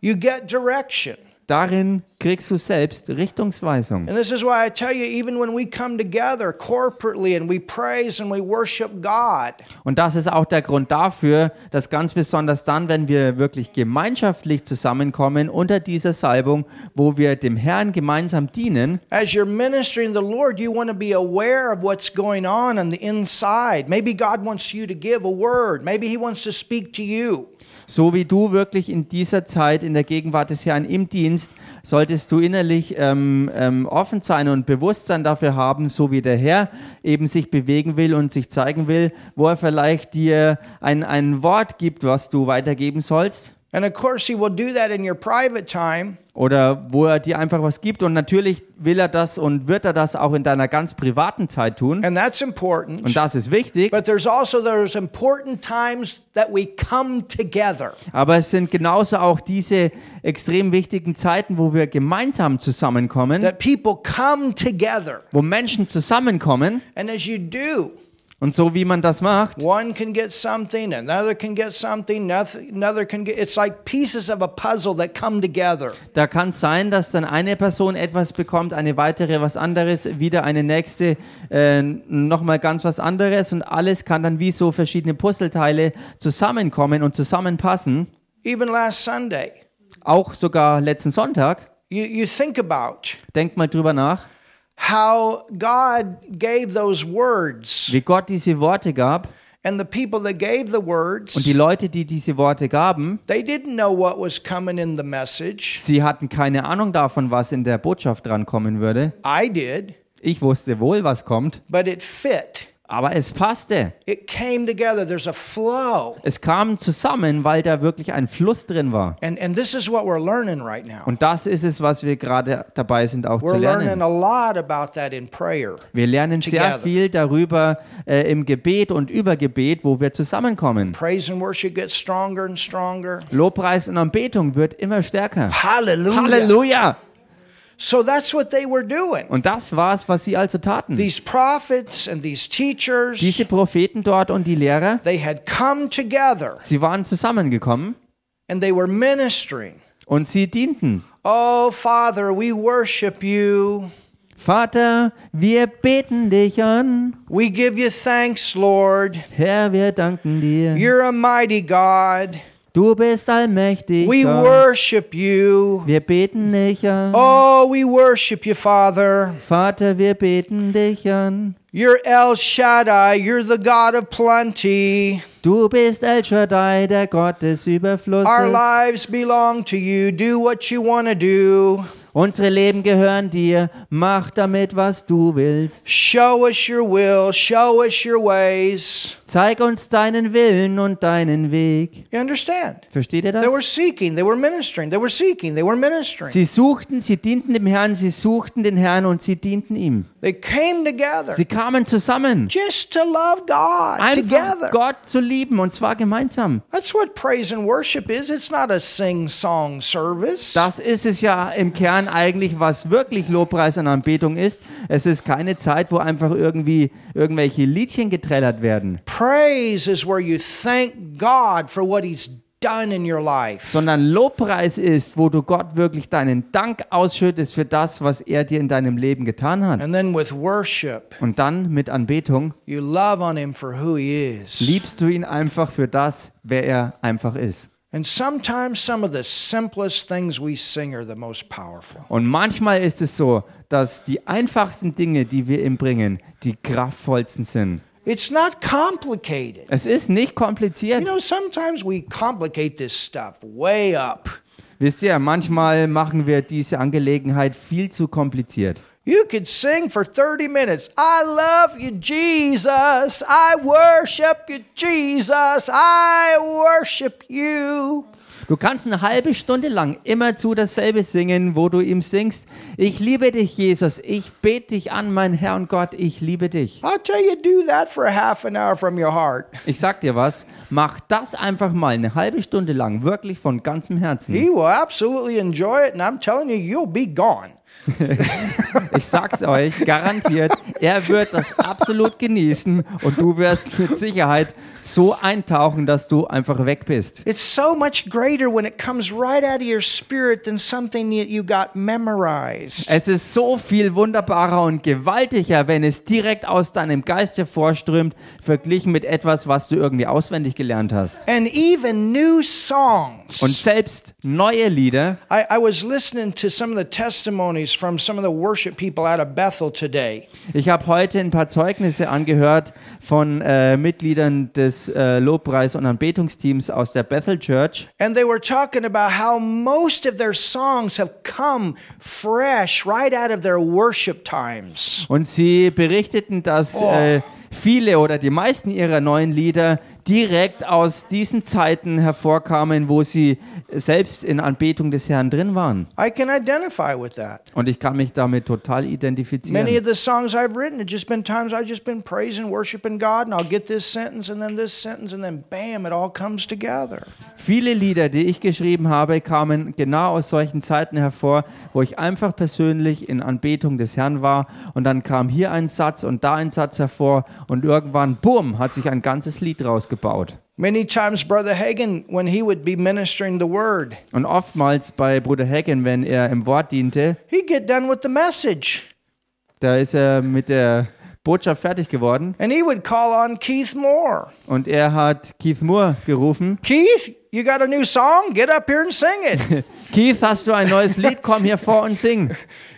A: You get direction.
B: darin kriegst du selbst Richtungsweisung.
A: And this is why I tell you, even when we come together corporately and we praise and we worship God,
B: Und das ist auch der Grund dafür, dass ganz besonders dann, wenn wir wirklich gemeinschaftlich zusammenkommen unter dieser Salbung, wo wir dem Herrn gemeinsam dienen,
A: as you're ministering to the Lord, you want to be aware of what's going on on the inside. Maybe God wants you to give a word, maybe He wants to speak to you.
B: so wie du wirklich in dieser Zeit in der Gegenwart des Herrn im Dienst, solltest du innerlich ähm, ähm, offen sein und Bewusstsein dafür haben, so wie der Herr eben sich bewegen will und sich zeigen will, wo er vielleicht dir ein, ein Wort gibt, was du weitergeben sollst.
A: And of course, He will do that in your private time.
B: Oder wo er dir einfach was gibt. Und natürlich will er das und wird er das auch in deiner ganz privaten Zeit tun.
A: And that's important.
B: Und das ist wichtig.
A: But there's also those important times that we come together.
B: Aber es sind genauso auch diese extrem wichtigen Zeiten, wo wir gemeinsam zusammenkommen,
A: That people come together.
B: wo Menschen zusammenkommen.
A: And as you do,
B: Und so wie man das macht,
A: one can get something, another can get something, noth- another can get it's like pieces of a puzzle that come together.
B: da kann es sein, dass dann eine Person etwas bekommt, eine weitere was anderes, wieder eine nächste äh, nochmal ganz was anderes. Und alles kann dann wie so verschiedene Puzzleteile zusammenkommen und zusammenpassen.
A: Even last Sunday,
B: Auch sogar letzten Sonntag.
A: you, you think about
B: Denk mal drüber nach.
A: how God gave those words.
B: wie Gott diese Worte gab.
A: And the people that gave the
B: Und
A: words,
B: die Leute, die diese Worte gaben,
A: they didn't know what was coming in the message.
B: sie hatten keine Ahnung davon, was in der Botschaft drankommen würde.
A: I did,
B: Ich wusste wohl, was kommt,
A: but it fit.
B: aber es passte.
A: It came together. There's a flow.
B: Es kam zusammen, weil da wirklich ein Fluss drin war.
A: And, and this is what we're learning right now.
B: Und das ist es, was wir gerade dabei sind auch zu
A: We're learning
B: lernen.
A: a lot about that in prayer.
B: Wir lernen sehr
A: together.
B: viel darüber äh, im Gebet und über Gebet, wo wir zusammenkommen.
A: Praise and worship gets stronger and stronger.
B: Lobpreis und Anbetung wird immer stärker.
A: Hallelujah.
B: Halleluja!
A: So that's what they were doing.
B: Und das war es, was sie also taten.
A: These prophets and these teachers,
B: Diese Propheten dort und die Lehrer,
A: they had come together
B: sie waren zusammengekommen
A: and they were ministering.
B: und sie dienten.
A: Oh, Father, we worship you.
B: Vater, wir beten dich an.
A: We give you thanks, Lord.
B: Herr, wir danken dir.
A: You're a mighty God.
B: Du bist allmächtig.
A: We
B: Gott.
A: worship you.
B: Wir beten dich an.
A: Oh, we worship you, Father.
B: Vater, wir beten dich an.
A: You're El Shaddai. You're the God of plenty.
B: Du bist El Shaddai, der Gott des
A: Our
B: Überflusses.
A: lives belong to you. Do what you want to do.
B: Unsere Leben gehören dir. Mach damit, was du willst.
A: Show us your will. Show us your ways.
B: Zeig uns deinen Willen und deinen Weg.
A: You understand?
B: Versteht ihr
A: They were
B: das?
A: seeking. They were ministering. They were seeking. They were ministering.
B: Sie suchten, sie dienten dem Herrn, sie suchten den Herrn und sie dienten ihm.
A: They came together
B: Sie kamen zusammen,
A: just to love God
B: einfach
A: together.
B: Gott zu lieben und zwar gemeinsam.
A: That's what praise and worship is. It's not a sing song service.
B: Das ist es ja im Kern eigentlich, was wirklich Lobpreis und Anbetung ist. Es ist keine Zeit, wo einfach irgendwie irgendwelche Liedchen getrellert werden,
A: Praise is where you thank God for what He's done in your life.
B: sondern Lobpreis ist, wo du Gott wirklich deinen Dank ausschüttest für das, was er dir in deinem Leben getan hat.
A: And then with worship,
B: Und dann mit Anbetung
A: you love on Him for who He is.
B: liebst du ihn einfach für das, wer er einfach ist.
A: And sometimes some of the simplest things we sing are the most powerful.
B: Und manchmal ist es so, dass die einfachsten Dinge, die wir ihm bringen, die kraftvollsten sind.
A: It's not complicated.
B: Es ist nicht
A: You
B: kompliziert.
A: know, sometimes we complicate this stuff way up.
B: Wisst ihr, manchmal machen wir diese Angelegenheit viel zu kompliziert.
A: You could sing for 30 minutes. I love you, Jesus. I worship you, Jesus. I worship you.
B: Du kannst eine halbe Stunde lang immer zu dasselbe singen, wo du ihm singst, ich liebe dich, Jesus, ich bete dich an, mein Herr und Gott, ich liebe dich.
A: I'll tell you, do that for a half an hour from your heart.
B: Ich sag dir was, mach das einfach mal eine halbe Stunde lang, wirklich von ganzem Herzen.
A: He will absolutely enjoy it, and I'm telling you, you'll be gone.
B: Ich sag's euch, garantiert, er wird das absolut genießen und du wirst mit Sicherheit so eintauchen, dass du einfach weg bist.
A: It's so much greater when it comes right out of your spirit than something that you got memorized.
B: Es ist so viel wunderbarer und gewaltiger, wenn es direkt aus deinem Geist hervorströmt, verglichen mit etwas, was du irgendwie auswendig gelernt hast.
A: And even new
B: Und
A: songs.
B: selbst neue Lieder,
A: I, I was listening to some of the testimonies from some of the worship people out of Bethel today.
B: ich habe heute ein paar Zeugnisse angehört von äh, Mitgliedern des äh, Lobpreis- und Anbetungsteams aus der Bethel Church.
A: And they were talking about how most of their songs have come fresh right out of their worship times.
B: Und sie berichteten, dass äh, viele oder die meisten ihrer neuen Lieder direkt aus diesen Zeiten hervorkamen, wo sie selbst in Anbetung des Herrn drin waren.
A: I can identify with that.
B: Und ich kann mich damit total
A: Many
B: identifizieren.
A: of the songs I've written, it's just been times I've just been praising, worshiping God, and I'll get this sentence and then this sentence, and then bam, it all comes together.
B: Viele Lieder, die ich geschrieben habe, kamen genau aus solchen Zeiten hervor, wo ich einfach persönlich in Anbetung des Herrn war und dann kam hier ein Satz und da ein Satz hervor und irgendwann, bumm, hat sich ein ganzes Lied rausgebaut.
A: Many times, Brother Hagen, when he would be ministering the word,
B: Und oftmals bei Bruder Hagen, wenn er im Wort diente,
A: he'd get done with the message
B: da ist er mit der Botschaft fertig geworden
A: and he would call on Keith Moore.
B: und er hat Keith Moore gerufen.
A: Keith, you got a new song? Get up here and sing it.
B: Keith, hast du ein neues Lied? Komm hier vor und sing.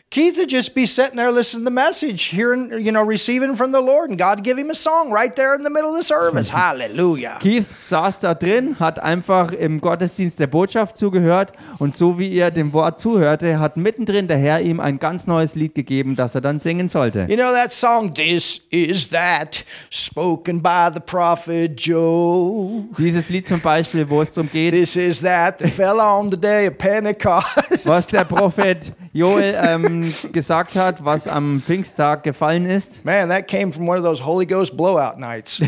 A: Keith would just be sitting there listening to the message, hearing, you know, receiving from the Lord, and God give him a song right there in the middle of the service. Hallelujah.
B: Keith saß da drin, hat einfach im Gottesdienst der Botschaft zugehört und so wie er dem Wort zuhörte, hat mittendrin der Herr ihm ein ganz neues Lied gegeben, das er dann singen sollte.
A: You know that song, This Is That, spoken by the prophet Joe.
B: Dieses Lied zum Beispiel, wo es darum geht,
A: This is that that fell on the day of Pentecost.
B: was der Prophet Joel ähm, gesagt hat, was am Pfingsttag gefallen ist.
A: Man, that came from one of those Holy Ghost blowout nights.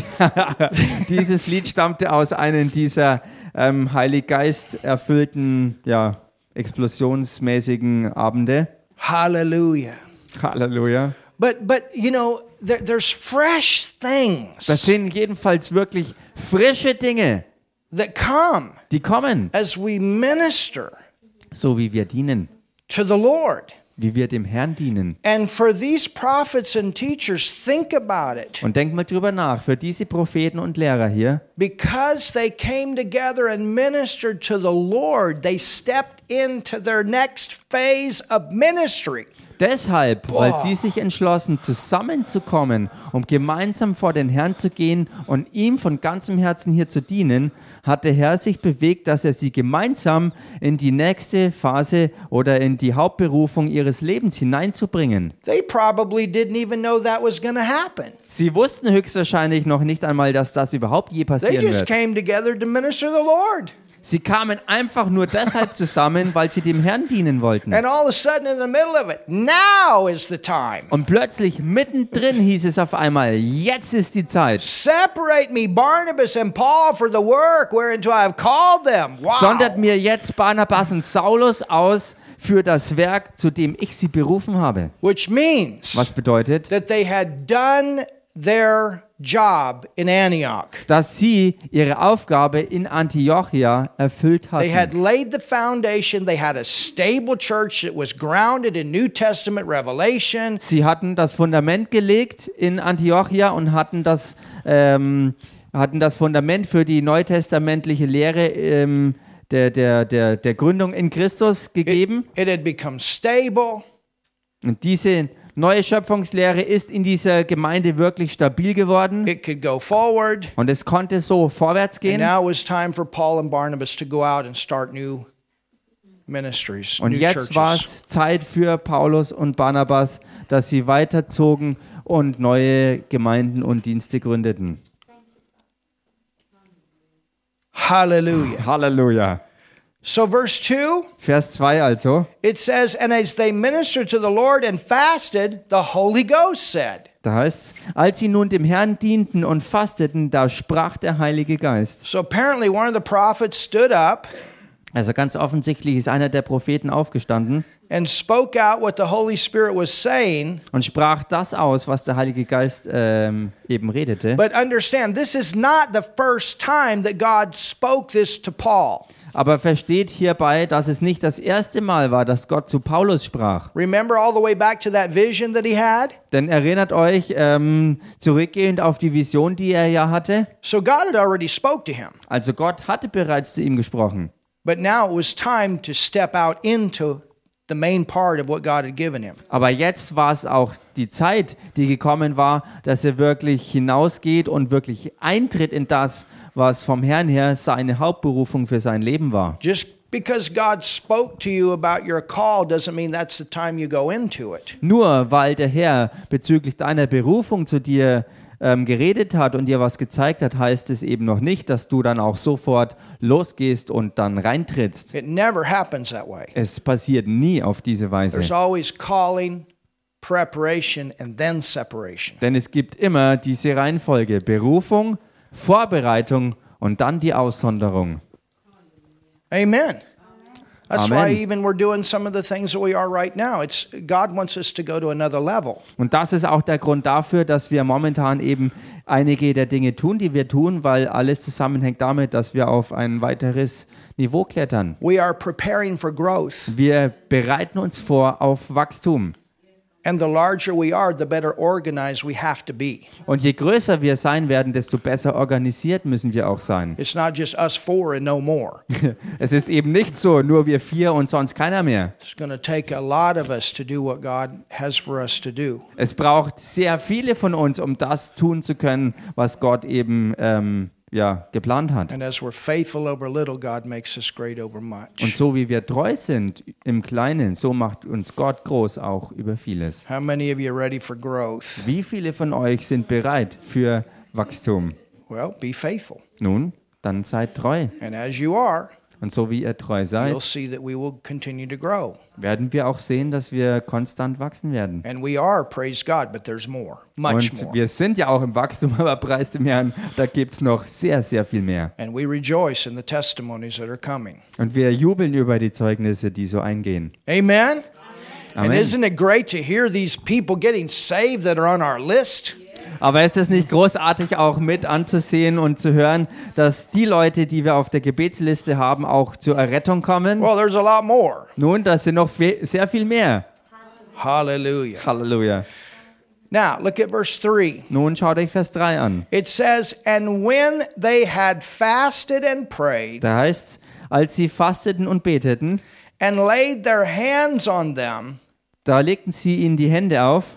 B: Dieses Lied stammte aus einem dieser ähm, Heiliggeist erfüllten, ja, explosionsmäßigen Abende.
A: Hallelujah.
B: Halleluja.
A: But but you know, there, there's fresh
B: Das
A: things
B: sind jedenfalls wirklich frische Dinge,
A: that come
B: die kommen,
A: as we minister
B: so wie wir dienen,
A: to the Lord.
B: wie wir dem Herrn dienen.
A: And for these prophets and teachers, think about it.
B: Und denk mal drüber nach, für diese Propheten und Lehrer hier,
A: Because they came together and ministered to the Lord, they stepped into their next phase of ministry.
B: deshalb, weil sie sich entschlossen, zusammenzukommen, um gemeinsam vor den Herrn zu gehen und ihm von ganzem Herzen hier zu dienen, hat der Herr sich bewegt, dass er sie gemeinsam in die nächste Phase oder in die Hauptberufung ihres Lebens hineinzubringen.
A: They probably didn't even know that was going to happen.
B: Sie wussten höchstwahrscheinlich noch nicht einmal, dass das überhaupt
A: They
B: je passieren
A: just
B: wird.
A: came together to minister to the Lord.
B: Sie kamen einfach nur deshalb zusammen, weil sie dem Herrn dienen wollten.
A: And all of a sudden, in the middle of it, now is the time.
B: Und plötzlich mittendrin hieß es auf einmal, jetzt ist die Zeit.
A: Separate me, Barnabas and Paul, for the work whereunto I have called them.
B: Sondert
A: Wow.
B: mir jetzt Barnabas und Saulus aus für das Werk, zu dem ich sie berufen habe.
A: Which means
B: Was bedeutet,
A: that they had done their job in Antioch.
B: dass sie ihre Aufgabe in Antiochia erfüllt
A: They had
B: hatten.
A: laid the foundation. They had a stable church that was grounded in New Testament revelation.
B: Sie hatten das Fundament gelegt in Antiochia und hatten das, ähm, hatten das Fundament für die neutestamentliche Lehre ähm, der, der, der, der Gründung in Christus gegeben.
A: It had become stable.
B: Und diese neue Schöpfungslehre ist in dieser Gemeinde wirklich stabil geworden
A: It could go forward.
B: und es konnte so vorwärts
A: And
B: gehen.
A: now it was time for Paul and Barnabas to go out and start new ministries,
B: Und
A: new
B: jetzt
A: churches.
B: war es Zeit für Paulus und Barnabas, dass sie weiterzogen und neue Gemeinden und Dienste gründeten.
A: Hallelujah.
B: Halleluja.
A: So, verse 2,
B: Vers 2 also.
A: it says, And as they ministered to the Lord and fasted, the Holy Ghost said.
B: Da heißt es, als sie nun dem Herrn dienten und fasteten, da sprach der Heilige Geist.
A: So, apparently, one of the prophets stood up
B: Also ganz offensichtlich ist einer der Propheten aufgestanden
A: and spoke out what the Holy Spirit was saying.
B: und sprach das aus, was der Heilige Geist ähm, eben redete.
A: But understand, this is not the first time that God spoke this to Paul.
B: Aber versteht hierbei, dass es nicht das erste Mal war, dass Gott zu Paulus sprach.
A: Remember all the way back to that vision that he had?
B: Denn erinnert euch ähm, zurückgehend auf die Vision, die er ja hatte.
A: So God had already spoke to him.
B: Also Gott hatte bereits zu ihm gesprochen.
A: But now it was time to step out into the main part of what God had given him.
B: Aber jetzt war es auch die Zeit, die gekommen war, dass er wirklich hinausgeht und wirklich eintritt in das, was vom Herrn her seine Hauptberufung für sein Leben war.
A: Just because God spoke to you about your call doesn't mean that's the time you go into it.
B: Nur weil der Herr bezüglich deiner Berufung zu dir ähm, geredet hat und dir was gezeigt hat, heißt es eben noch nicht, dass du dann auch sofort losgehst und dann reintrittst.
A: It never happens that way.
B: Es passiert nie auf diese Weise.
A: There's always calling, preparation, and then separation.
B: Denn es gibt immer diese Reihenfolge: Berufung, Vorbereitung und dann die Aussonderung.
A: Amen. That's why
B: Amen.
A: even we're doing some of the things that we are right now. It's God wants us to go to another level.
B: Und das ist auch der Grund dafür, dass wir momentan eben einige der Dinge tun, die wir tun, weil alles zusammenhängt damit, dass wir auf ein weiteres Niveau klettern.
A: We are preparing for growth.
B: Wir bereiten uns vor auf Wachstum.
A: And the larger we are, the better organized we have to be.
B: Und je größer wir sein werden, desto besser organisiert müssen wir auch sein.
A: It's not just us four and no more.
B: Es ist eben nicht so, nur wir vier und sonst keiner mehr.
A: It's going to take a lot of us to do what God has for us to do.
B: Es braucht sehr viele von uns, um das tun zu können, was Gott eben ähm, ja, geplant hat.
A: And as we're faithful over little, God makes us great over
B: Und
A: much.
B: so wie wir treu sind im Kleinen, so macht uns Gott groß auch über vieles.
A: How many of you are ready for growth?
B: Wie viele von euch sind bereit für Wachstum?
A: Well, be faithful.
B: Nun, dann seid treu.
A: And as you are,
B: Und so wie ihr treu
A: you'll
B: seid,
A: see that we will continue to grow.
B: werden wir auch sehen, dass wir konstant wachsen werden.
A: And we are, praise God, but there's more, much
B: Und
A: more.
B: wir sind ja auch im Wachstum, aber preis dem Herrn, da gibt es noch sehr, sehr viel mehr.
A: And we rejoice in the testimonies that are coming.
B: Und wir jubeln über die Zeugnisse, die so eingehen.
A: Amen? And
B: Amen.
A: isn't it great to hear these people getting saved that are on our list?
B: Aber ist es nicht großartig, auch mit anzusehen und zu hören, dass die Leute, die wir auf der Gebetsliste haben, auch zur Errettung kommen?
A: Well, there's a lot more.
B: Nun, das sind noch fe- sehr viel mehr.
A: Hallelujah.
B: Halleluja.
A: Now, look at verse 3.
B: Nun schaut euch Vers 3 an.
A: It says, And when they had fasted and prayed,
B: Da heißt als sie fasteten und beteten,
A: and laid their hands on them,
B: da legten sie ihnen die Hände auf.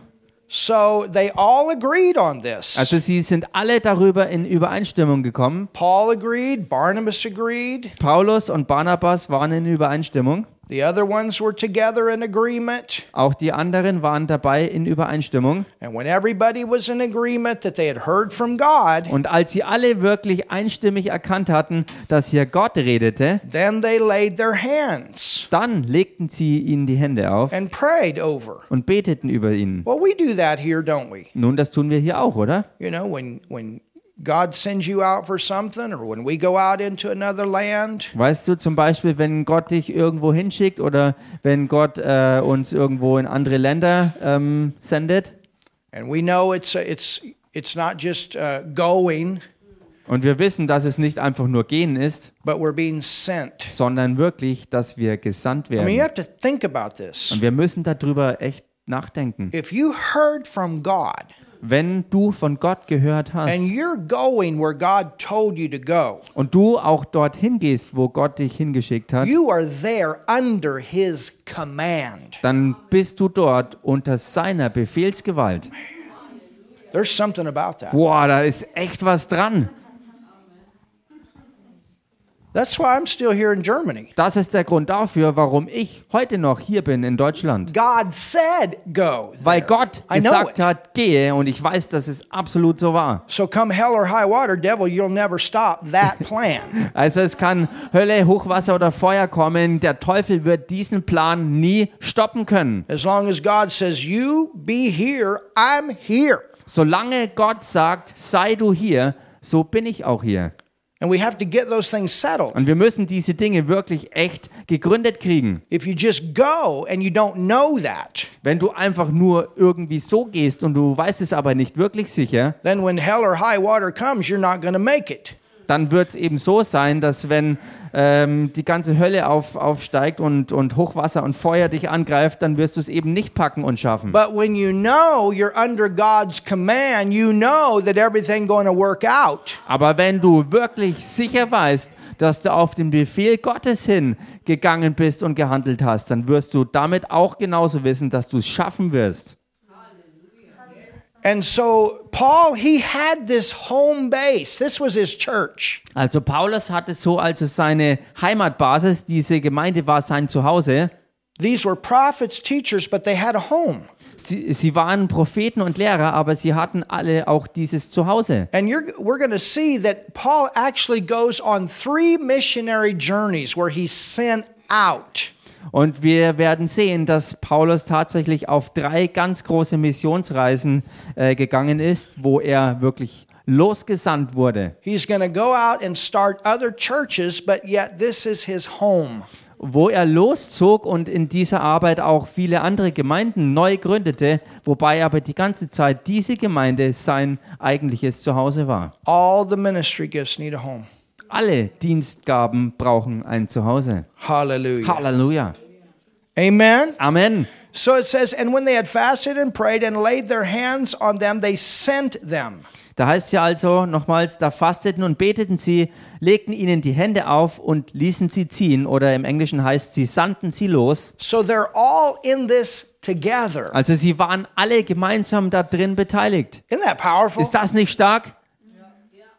A: so they all agreed on this.
B: Also sie sind alle darüber in Übereinstimmung gekommen.
A: Paul agreed, Barnabas agreed,
B: Paulus und Barnabas waren in Übereinstimmung.
A: the other ones were together in agreement.
B: Auch die anderen waren dabei in Übereinstimmung.
A: And when everybody was in agreement that they had heard from God,
B: Und als sie alle wirklich einstimmig erkannt hatten, dass hier Gott redete,
A: then they laid their hands
B: dann legten sie ihnen die Hände auf
A: and prayed over.
B: und beteten über ihn.
A: Well, we do that here, don't we?
B: Nun, das tun wir hier auch, oder?
A: You know, when when God sends you out for something or when we go out into another land,
B: Weißt du, zum Beispiel, wenn Gott dich irgendwo hinschickt oder wenn Gott äh, uns irgendwo in andere Länder ähm, sendet
A: and we know it's a, it's it's not just uh, going,
B: und wir wissen, dass es nicht einfach nur gehen ist,
A: but we're being sent.
B: sondern wirklich, dass wir gesandt
A: I mean, you
B: werden.
A: have to think about this.
B: Und wir müssen darüber echt nachdenken.
A: If you heard from God
B: Wenn du von Gott gehört hast
A: and you're going where God told you to go,
B: und du auch dorthin gehst, wo Gott dich hingeschickt hat,
A: you are there under His command.
B: dann bist du dort unter seiner Befehlsgewalt.
A: There's something about that.
B: Boah, da ist echt was dran.
A: That's why I'm still here in Germany.
B: Das ist der Grund dafür, warum ich heute noch hier bin in Deutschland.
A: God said go.
B: Weil
A: there.
B: Gott
A: I know
B: gesagt
A: it.
B: hat, gehe und ich weiß, dass es absolut so war.
A: So come hell or high water, devil, you'll never stop that plan.
B: Also es kann Hölle, Hochwasser oder Feuer kommen, der Teufel wird diesen Plan nie stoppen können.
A: As long as God says, you be here, I'm here.
B: Solange Gott sagt, sei du hier, so bin ich auch hier.
A: And we have to get those things settled.
B: Und wir müssen diese Dinge wirklich echt gegründet kriegen.
A: If you just go and you don't know that,
B: Wenn du einfach nur irgendwie so gehst und du weißt es aber nicht wirklich sicher,
A: then when hell or high water comes, you're not going to make it.
B: dann wird es eben so sein, dass wenn ähm, die ganze Hölle auf, aufsteigt und, und Hochwasser und Feuer dich angreift, dann wirst du es eben nicht packen und schaffen.
A: But when you know you're under God's command, you know that everything going to work out.
B: Aber wenn du wirklich sicher weißt, dass du auf den Befehl Gottes hin gegangen bist und gehandelt hast, dann wirst du damit auch genauso wissen, dass du es schaffen wirst.
A: And so Paul, he had this home base. This was his church.
B: Also Paulus hatte so also seine Heimatbasis, diese Gemeinde war sein Zuhause.
A: These were prophets, teachers, but they had a home.
B: Sie, sie waren Propheten und Lehrer, aber sie hatten alle auch dieses Zuhause.
A: And you're, we're going to see that Paul actually goes on three missionary journeys where he's sent out.
B: Und wir werden sehen, dass Paulus tatsächlich auf drei ganz große Missionsreisen äh, gegangen ist, wo er wirklich losgesandt wurde,
A: He's going to go out and start other churches, but yet this is his home.
B: wo er loszog und in dieser Arbeit auch viele andere Gemeinden neu gründete, wobei aber die ganze Zeit diese Gemeinde sein eigentliches Zuhause war.
A: All the ministry gifts need a home.
B: Alle Dienstgaben brauchen ein Zuhause.
A: Hallelujah.
B: Halleluja.
A: Amen.
B: Amen.
A: So it says, and when they had fasted and prayed and laid their hands on them, they sent them.
B: Da heißt es ja also nochmals, da fasteten und beteten sie, legten ihnen die Hände auf und ließen sie ziehen. Oder im Englischen heißt, sie sandten sie los.
A: So they're all in this together.
B: Also sie waren alle gemeinsam da drin beteiligt.
A: Isn't that powerful?
B: Ist das nicht stark?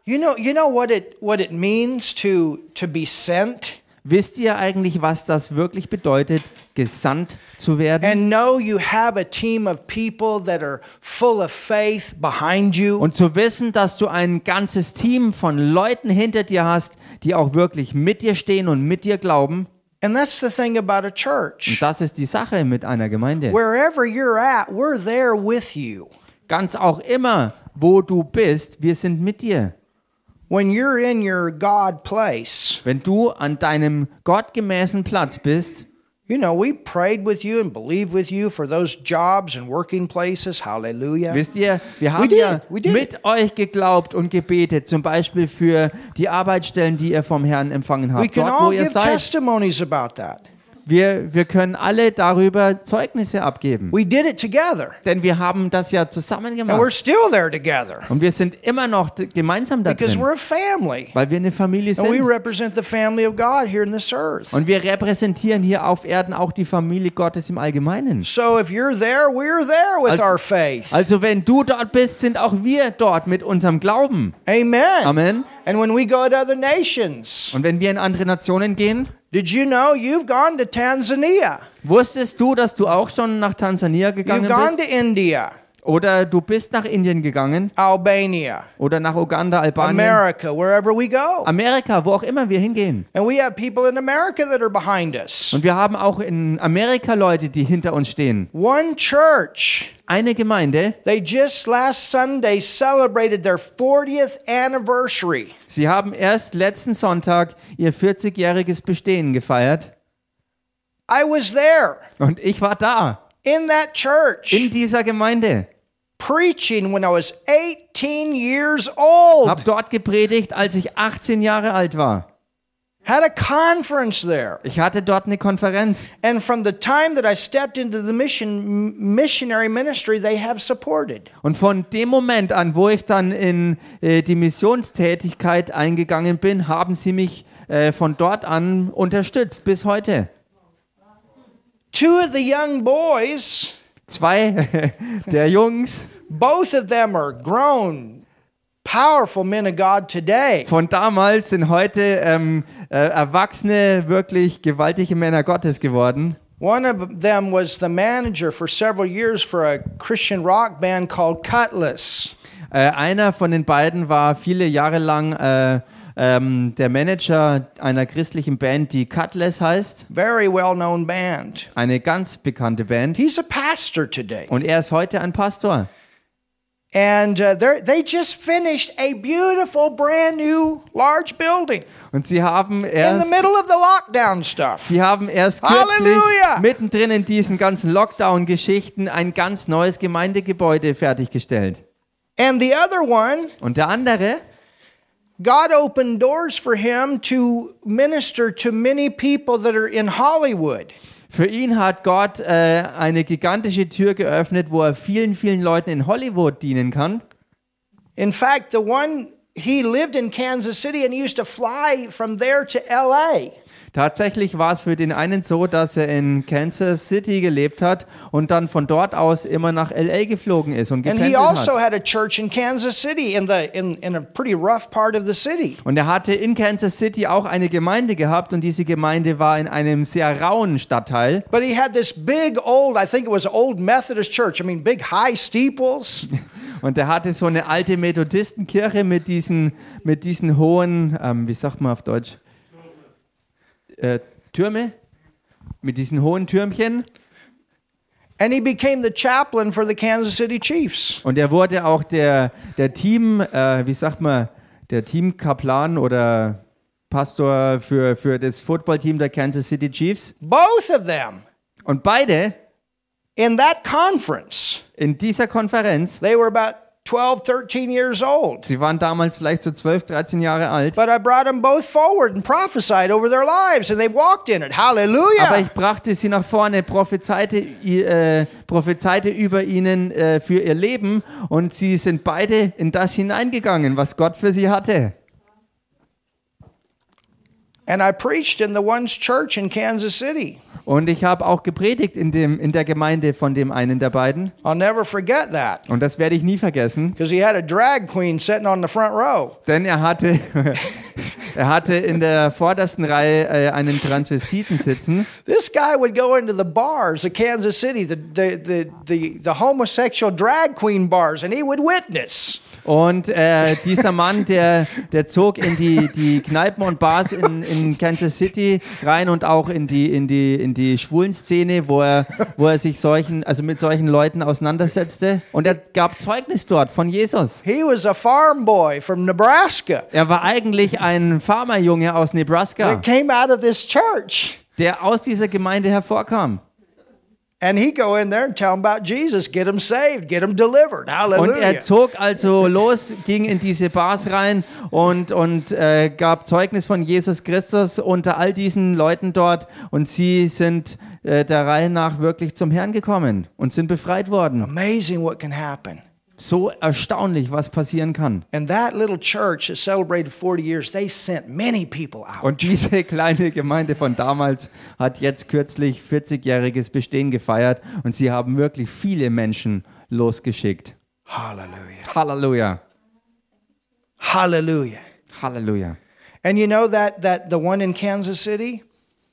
A: You know, you know what it what it means to to be sent
B: Wisst ihr eigentlich, was das wirklich bedeutet, gesandt zu werden?
A: and know you have a team of people that are full of faith behind you.
B: Und zu wissen, dass du ein ganzes Team von Leuten hinter dir hast, die auch wirklich mit dir stehen und mit dir glauben.
A: And that's the thing about a church.
B: Das ist die Sache mit einer Gemeinde.
A: Wherever you're at, we're there with you.
B: Ganz auch immer, wo du bist, wir sind mit dir.
A: When you're in your God place,
B: Wenn du an deinem gottgemäßen Platz bist,
A: you know, we prayed with you and believed with you for those jobs and working places. Hallelujah.
B: wisst ihr, wir
A: We
B: haben
A: did,
B: ja
A: we did.
B: mit euch geglaubt und gebetet, zum Beispiel für die Arbeitsstellen, die ihr vom Herrn empfangen
A: we
B: habt,
A: can
B: dort wo
A: all
B: ihr
A: give
B: seid.
A: testimonies about that.
B: Wir, wir können alle darüber Zeugnisse abgeben.
A: We did it together,
B: Denn wir haben das ja zusammen
A: and we're
B: gemacht.
A: still there together
B: Und wir sind immer noch d- gemeinsam da
A: because
B: drin,
A: we're a family.
B: weil wir eine Familie
A: And we
B: sind.
A: represent the family of God here in this earth.
B: Und wir repräsentieren hier auf Erden auch die Familie Gottes im Allgemeinen.
A: So if you're there, we're there with
B: Also-
A: our faith.
B: Also wenn du dort bist, sind auch wir dort mit unserem Glauben.
A: Amen.
B: Amen.
A: And when we go to other nations,
B: Und wenn wir in andere Nationen gehen,
A: did you know you've gone to Tanzania?
B: wusstest du, dass du auch schon nach Tansania gegangen
A: You've gone
B: bist?
A: to India,
B: Oder du bist nach Indien gegangen?
A: Albania,
B: Oder nach Uganda, Albanien?
A: America, wherever we go.
B: Amerika, wo auch immer wir hingehen.
A: And we have people in America that are behind us.
B: Und wir haben auch in Amerika Leute, die hinter uns stehen.
A: One church,
B: Eine Gemeinde,
A: they just last Sunday celebrated their 40th anniversary.
B: Sie haben erst letzten Sonntag ihr 40-jähriges Bestehen gefeiert
A: I was there
B: und ich war da
A: in that church
B: in dieser Gemeinde.
A: preaching when I was 18 years old.
B: Hab dort gepredigt, als ich 18 Jahre alt war.
A: Had a conference there.
B: Ich hatte dort eine Konferenz
A: And from the time that I stepped into the mission m- missionary ministry, they have supported.
B: und von dem Moment an, wo ich dann in äh, die Missionstätigkeit eingegangen bin, haben sie mich äh, von dort an unterstützt bis heute.
A: Two of the young boys,
B: Zwei der Jungs
A: both of them are grown, powerful men of God today.
B: von damals sind heute ähm, äh, erwachsene, wirklich gewaltige Männer Gottes geworden.
A: One of them was the manager for several years for a Christian rock band called Cutlass.
B: Äh, einer von den beiden war viele Jahre lang äh, ähm, der Manager einer christlichen Band, die Cutlass heißt.
A: Very well known band.
B: Eine ganz bekannte Band.
A: He's a pastor today.
B: Und er ist heute ein Pastor.
A: And uh, they're- they just finished a beautiful, brand new, large building
B: Und sie haben
A: in the
B: erst,
A: middle of the lockdown stuff.
B: sie haben erst kürzlich
A: Halleluja!
B: mittendrin in diesen ganzen Lockdown-Geschichten ein ganz neues Gemeindegebäude fertiggestellt.
A: And the other one,
B: Und der andere,
A: God opened doors for him to minister to many people that are in Hollywood.
B: für ihn hat Gott äh, eine gigantische Tür geöffnet, wo er vielen, vielen Leuten in Hollywood dienen kann.
A: In fact, the one he lived in Kansas City and he used to fly from there to LA.
B: Tatsächlich war es für den einen so, dass er in Kansas City gelebt hat und dann von dort aus immer nach LA geflogen ist und
A: And he
B: gependelt
A: also
B: hat.
A: had a church in Kansas City in the in, in a pretty rough part of the city.
B: Und er hatte in Kansas City auch eine Gemeinde gehabt und diese Gemeinde war in einem sehr rauen Stadtteil.
A: But he had this big old, I think it was an old Methodist church. I mean, big high steeples.
B: Und er hatte so eine alte Methodistenkirche mit diesen, mit diesen hohen, ähm, wie sagt man auf Deutsch, äh, Türme? Mit diesen hohen Türmchen.
A: And he became the chaplain for the Kansas City Chiefs.
B: Und er wurde auch der, der Team, äh, wie sagt man, der Teamkaplan oder Pastor für, für das Footballteam der Kansas City Chiefs.
A: Both of them
B: Und beide
A: in that conference.
B: in dieser Konferenz,
A: They were about 12, 13 years old.
B: Sie waren damals vielleicht so 12, 13 Jahre alt.
A: But I brought them both forward and prophesied over their lives, and they walked in it.
B: Aber
A: Hallelujah.
B: ich brachte sie nach vorne, prophezeite, i- äh, prophezeite über ihnen äh, für ihr Leben und sie sind beide in das hineingegangen, was Gott für sie hatte.
A: And I preached in the one's church in Kansas City.
B: Und ich habe auch gepredigt in, dem, in der Gemeinde von dem einen der beiden
A: I'll never forget that
B: und das werde ich nie vergessen,
A: because he had a drag queen sitting on the front row.
B: denn er hatte, er hatte in der vordersten Reihe äh, einen Transvestiten sitzen.
A: This guy would go into the bars of Kansas City, the, the, the, the, the homosexual drag queen bars, and he would witness.
B: Und äh, dieser Mann, der, der zog in die, die Kneipen und Bars in, in Kansas City rein und auch in die, in die, in die schwulen Szene, wo er, wo er sich solchen, also mit solchen Leuten auseinandersetzte. Und er gab Zeugnis dort von Jesus.
A: He was a farm boy from Nebraska
B: Er war eigentlich ein Farmerjunge aus Nebraska,
A: that came out of this church.
B: der aus dieser Gemeinde hervorkam.
A: And he go in there and tell them about Jesus, get them saved, get them delivered.
B: Und
A: Hallelujah.
B: er zog also los, ging in diese Bars rein und, und äh, gab Zeugnis von Jesus Christus unter all diesen Leuten dort. Und sie sind äh, der Reihe nach wirklich zum Herrn gekommen und sind befreit worden.
A: Amazing what can happen.
B: So erstaunlich, was passieren kann.
A: And that little church that celebrated 40 years, they sent many people out.
B: Und diese kleine Gemeinde von damals hat jetzt kürzlich 40-jähriges Bestehen gefeiert und sie haben wirklich viele Menschen losgeschickt.
A: Hallelujah.
B: Halleluja.
A: Hallelujah.
B: Halleluja.
A: And you know that that the one in Kansas City,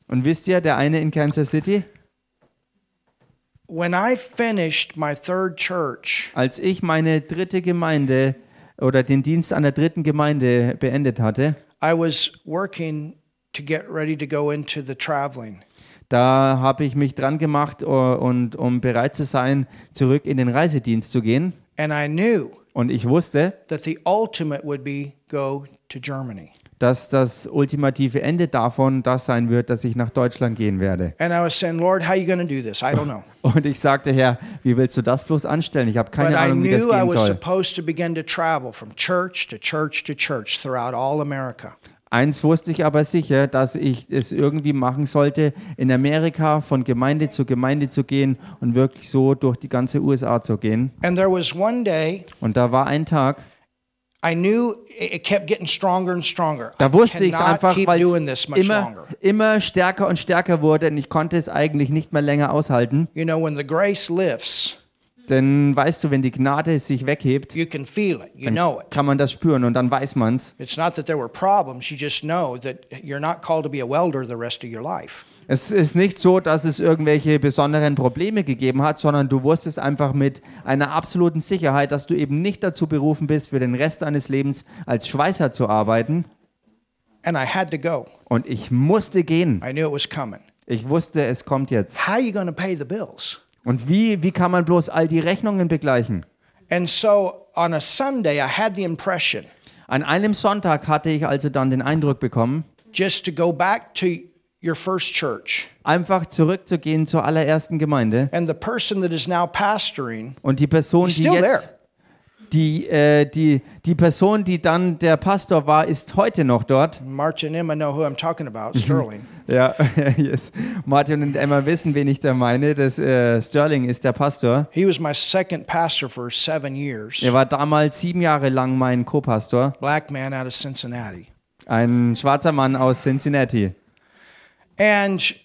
B: Und wisst ihr, der eine in Kansas City,
A: when I finished my third church,
B: Als ich meine dritte Gemeinde oder den Dienst an der dritten Gemeinde beendet hatte,
A: I was working to get ready to go into the traveling.
B: da habe ich mich dran gemacht, uh, und um bereit zu sein, zurück in den Reisedienst zu gehen.
A: And I knew
B: Und ich wusste,
A: that the ultimate would be go to Germany.
B: dass das ultimative Ende davon das sein wird, dass ich nach Deutschland gehen werde.
A: And I was saying, Lord, how you going to do this? I don't know.
B: Und ich sagte, Herr, wie willst du das bloß anstellen? Ich habe
A: But
B: keine
A: I
B: Ahnung, wie das
A: knew I
B: gehen
A: was
B: soll.
A: supposed to begin to travel from church to church to church throughout all America.
B: Eins wusste ich aber sicher, dass ich es irgendwie machen sollte, in Amerika von Gemeinde zu Gemeinde zu gehen und wirklich so durch die ganze USA zu gehen.
A: And there was one day
B: Und da war ein Tag,
A: I knew it it kept getting stronger and stronger.
B: da wusste
A: I
B: ich es
A: cannot
B: einfach,
A: keep
B: weil
A: doing this
B: es
A: much
B: immer,
A: longer.
B: immer stärker und stärker wurde und ich konnte es eigentlich nicht mehr länger aushalten.
A: You know, when the grace lifts,
B: Denn weißt du, wenn die Gnade sich weghebt,
A: you can feel it. You know it.
B: kann man das spüren und dann weiß man es.
A: It's not that there were problems. You just know that you're not called to be a welder the rest of your life.
B: Es ist nicht so, dass es irgendwelche besonderen Probleme gegeben hat, sondern du wusstest einfach mit einer absoluten Sicherheit, dass du eben nicht dazu berufen bist, für den Rest deines Lebens als Schweißer zu arbeiten.
A: And I had to go.
B: Und ich musste gehen.
A: I knew it was coming.
B: Ich wusste, es kommt jetzt.
A: How are you going to pay the bills?
B: Und wie, wie kann man bloß all die Rechnungen begleichen?
A: And so on a Sunday, I had the impression
B: An einem Sonntag hatte ich also dann den Eindruck bekommen,
A: just to go back to your first church.
B: einfach zurückzugehen zur allerersten Gemeinde.
A: And the person that is now pastoring,
B: Und die Person,
A: He's
B: die
A: still
B: jetzt, die, äh, die, die Person, die dann der Pastor war, ist heute noch dort.
A: Martin Emma, know who I'm talking about, Sterling.
B: Ja, yes. Martin und Emma wissen, wen ich da meine. Das, äh, Sterling ist der Pastor.
A: He was my second pastor for seven years.
B: Er war damals sieben Jahre lang mein Co-Pastor,
A: Black man out of Cincinnati.
B: ein schwarzer Mann aus Cincinnati.
A: And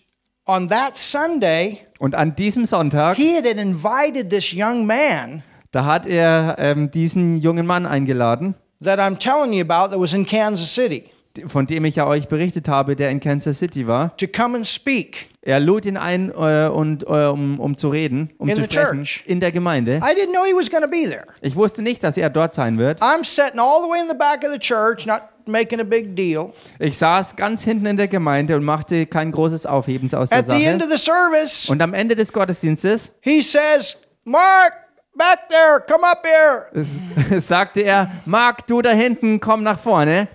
A: on that Sunday,
B: Und an diesem Sonntag,
A: he had invited this young man
B: da hat er ähm, diesen jungen Mann eingeladen,
A: that I'm telling you about that was in Kansas City
B: von dem ich ja euch berichtet habe, der in Kansas City war.
A: to come and speak.
B: Er lud ihn ein, äh, und, äh, um, um zu reden, um
A: In
B: zu
A: the
B: sprechen,
A: church.
B: in der Gemeinde.
A: I didn't know he was going to be there.
B: Ich wusste nicht, dass er dort sein wird.
A: I'm sitting all the way in the back of the church, not making a big deal.
B: Ich saß ganz hinten in der Gemeinde und machte kein großes Aufhebens aus der
A: At the end
B: Sache.
A: of the service,
B: Und am Ende des Gottesdienstes
A: he says, Mark, back there, come up here.
B: Es- sagte er, Marc, du da hinten, komm nach vorne.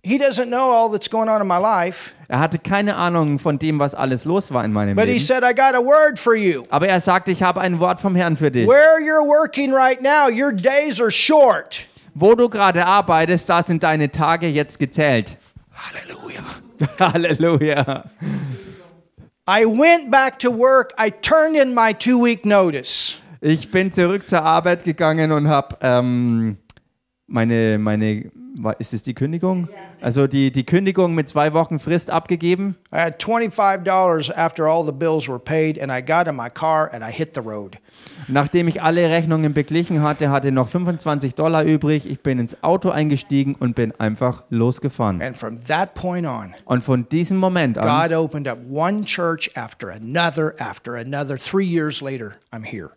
A: He doesn't know all that's going on in my life,
B: Er hatte keine Ahnung von dem, was alles los war in meinem
A: but he
B: Leben.
A: said, I got a word for you.
B: Aber er sagte, ich habe ein Wort vom Herrn für dich.
A: Where you're working right now, your days are short.
B: Wo du gerade arbeitest, da sind deine Tage jetzt gezählt.
A: Hallelujah.
B: Halleluja.
A: I went back to work. I turned in my two week notice.
B: Ich bin zurück zur Arbeit gegangen und habe ähm, meine, meine, wa- ist es die Kündigung? Also die, die Kündigung mit zwei Wochen Frist abgegeben.
A: I had $25 after all the bills were paid, and I got in my car and I hit the road.
B: Nachdem ich alle Rechnungen beglichen hatte, hatte noch 25 Dollar übrig. Ich bin ins Auto eingestiegen und bin einfach losgefahren.
A: And from that point on,
B: Und von diesem Moment an
A: God opened up one church after another after another. Three years later, I'm here.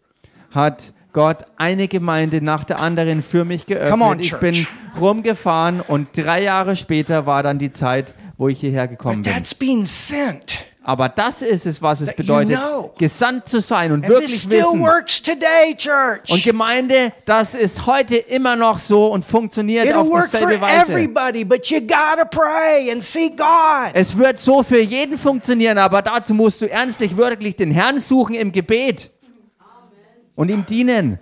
B: hat Gott eine Gemeinde nach der anderen für mich geöffnet.
A: Come on,
B: ich
A: church.
B: bin rumgefahren und drei Jahre später war dann die Zeit, wo ich hierher gekommen bin.
A: That's being sent.
B: Aber das ist es, was es
A: you
B: bedeutet,
A: know.
B: gesandt zu sein und
A: And this
B: wirklich
A: still
B: wissen.
A: works today, church.
B: Und Gemeinde, das ist heute immer noch so und funktioniert
A: It'll work
B: auf
A: for
B: dieselbe Weise.
A: everybody, but you gotta pray and seek God.
B: Es wird so für jeden funktionieren, aber dazu musst du ernstlich wirklich den Herrn suchen im Gebet und ihm dienen.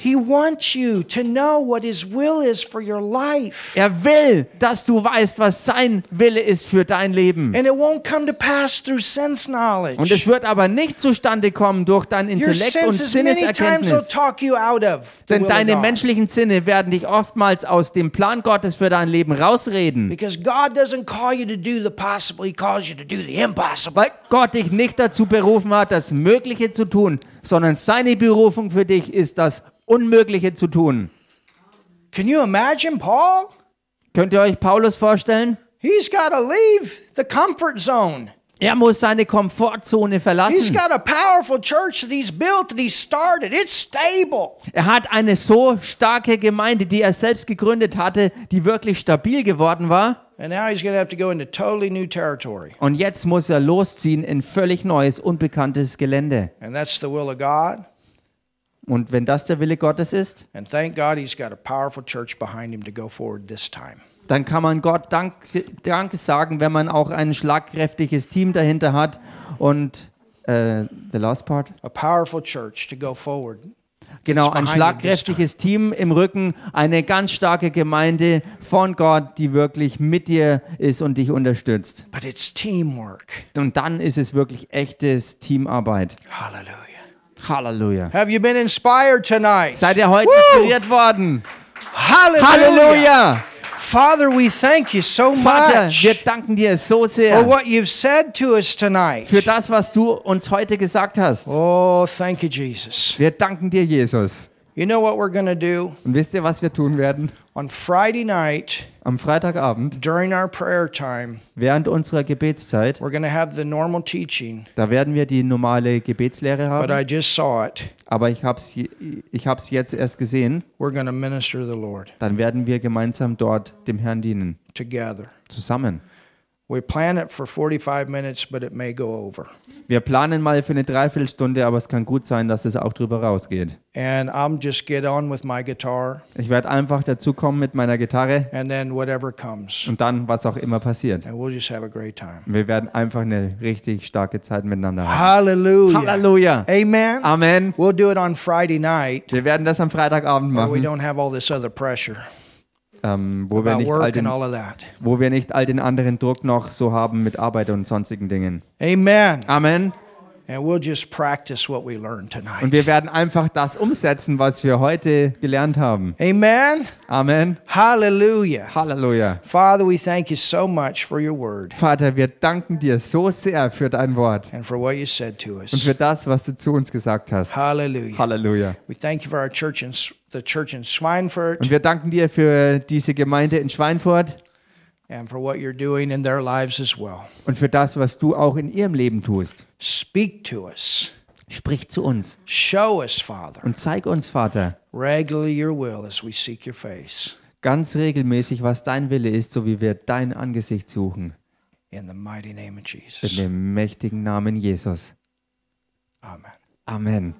A: He wants you to know what His will is for your life.
B: Er will, dass du weißt, was sein Wille ist für dein Leben.
A: And it won't come to pass through sense
B: Und es
A: knowledge.
B: wird aber nicht zustande kommen durch dein
A: Your
B: Intellekt und
A: senses many times will
B: Sinneserkenntnis.
A: talk you out of the
B: Denn
A: will of
B: deine
A: God.
B: menschlichen Sinne werden dich oftmals aus dem Plan Gottes für dein Leben rausreden.
A: Because God doesn't call you to do the possible, He calls you to do the impossible.
B: Weil Gott dich nicht dazu berufen hat, das Mögliche zu tun, sondern seine Berufung für dich ist, das Unmögliche zu tun.
A: Can you imagine Paul?
B: Könnt ihr euch Paulus vorstellen?
A: He's got to leave the comfort zone.
B: Er muss seine Komfortzone
A: He's
B: verlassen.
A: got a powerful church that he's built, that he's started. It's stable.
B: Er hat eine so starke Gemeinde, die er selbst gegründet hatte, die wirklich stabil geworden war.
A: And now he's going to have to go into totally new territory.
B: Und jetzt muss er losziehen in völlig neues, unbekanntes Gelände.
A: And that's the will of God.
B: Und wenn das der Wille Gottes ist,
A: And thank God he's got a powerful church behind him to go forward this time.
B: dann kann man Gott Dank, Dank sagen, wenn man auch ein schlagkräftiges Team dahinter hat. Und äh, the last part?
A: A powerful church to go forward.
B: Genau, ein
A: behind
B: schlagkräftiges Team im Rücken, eine ganz starke Gemeinde von Gott, die wirklich mit dir ist und dich unterstützt.
A: But it's teamwork.
B: Und dann ist es wirklich echtes Teamarbeit.
A: Hallelujah.
B: Halleluja.
A: Have you been inspired tonight?
B: Seid ihr heute
A: Woo!
B: inspiriert worden?
A: Hallelujah.
B: Halleluja!
A: Father, we thank you so
B: Vater,
A: much
B: wir danken dir so
A: for
B: sehr
A: what you've said to us tonight.
B: für das, was du uns heute gesagt hast.
A: Oh, thank you, Jesus.
B: Wir danken dir, Jesus.
A: You know what we're going to do?
B: Und wisst ihr, was wir tun werden?
A: On Friday night,
B: Am Freitagabend,
A: during our prayer time,
B: während unserer Gebetszeit,
A: we're going to have the normal teaching,
B: da werden wir die normale Gebetslehre
A: but
B: haben.
A: I just saw it.
B: Aber ich habe es ich hab's jetzt erst gesehen.
A: We're going to minister to the Lord
B: Dann werden wir gemeinsam dort dem Herrn dienen.
A: together.
B: Zusammen.
A: We plan it for 45 minutes, but it may go over.
B: Wir planen mal für eine Dreiviertelstunde, aber es kann gut sein, dass es auch drüber rausgeht.
A: And I'm just get on with my guitar
B: Ich werde einfach dazukommen mit meiner Gitarre
A: and then whatever comes.
B: und dann, was auch immer passiert.
A: And we'll just have a great time.
B: Wir werden einfach eine richtig starke Zeit miteinander haben.
A: Hallelujah.
B: Halleluja.
A: Amen.
B: Amen.
A: We'll do it on Friday night
B: Wir werden das am Freitagabend
A: where we
B: machen,
A: don't have all this other pressure
B: ähm, wo, wir
A: about
B: nicht all
A: work and
B: den,
A: all of that.
B: wo wir nicht all den anderen Druck noch so haben mit Arbeit und sonstigen Dingen.
A: Amen.
B: Amen.
A: And we'll just practice what we learned
B: Und wir
A: tonight.
B: werden einfach das umsetzen, was wir heute gelernt haben.
A: Amen.
B: Amen.
A: Hallelujah.
B: Halleluja.
A: Father, we thank you so much for your word
B: Vater, wir danken dir so sehr für dein Wort
A: and for what you said to
B: und
A: us.
B: für das, was du zu uns gesagt hast.
A: Hallelujah.
B: Halleluja.
A: We thank you for our church in S- the church in Schweinfurt
B: Und wir danken dir für diese Gemeinde in Schweinfurt
A: and for what you're doing in their lives as well.
B: und für das, was du auch in ihrem Leben tust.
A: Speak to us.
B: Sprich zu uns
A: Show us, Father,
B: und zeig uns, Vater,
A: regularly your will as we seek your face.
B: ganz regelmäßig, was dein Wille ist, so wie wir dein Angesicht suchen.
A: In the mighty name of
B: In
A: Jesus.
B: dem mächtigen Namen Jesus.
A: Amen.
B: Amen.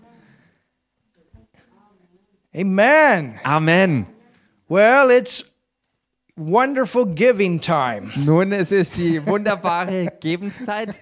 A: Amen.
B: Amen.
A: Well, it's wonderful giving time.
B: Nun, es ist die wunderbare Gebenszeit.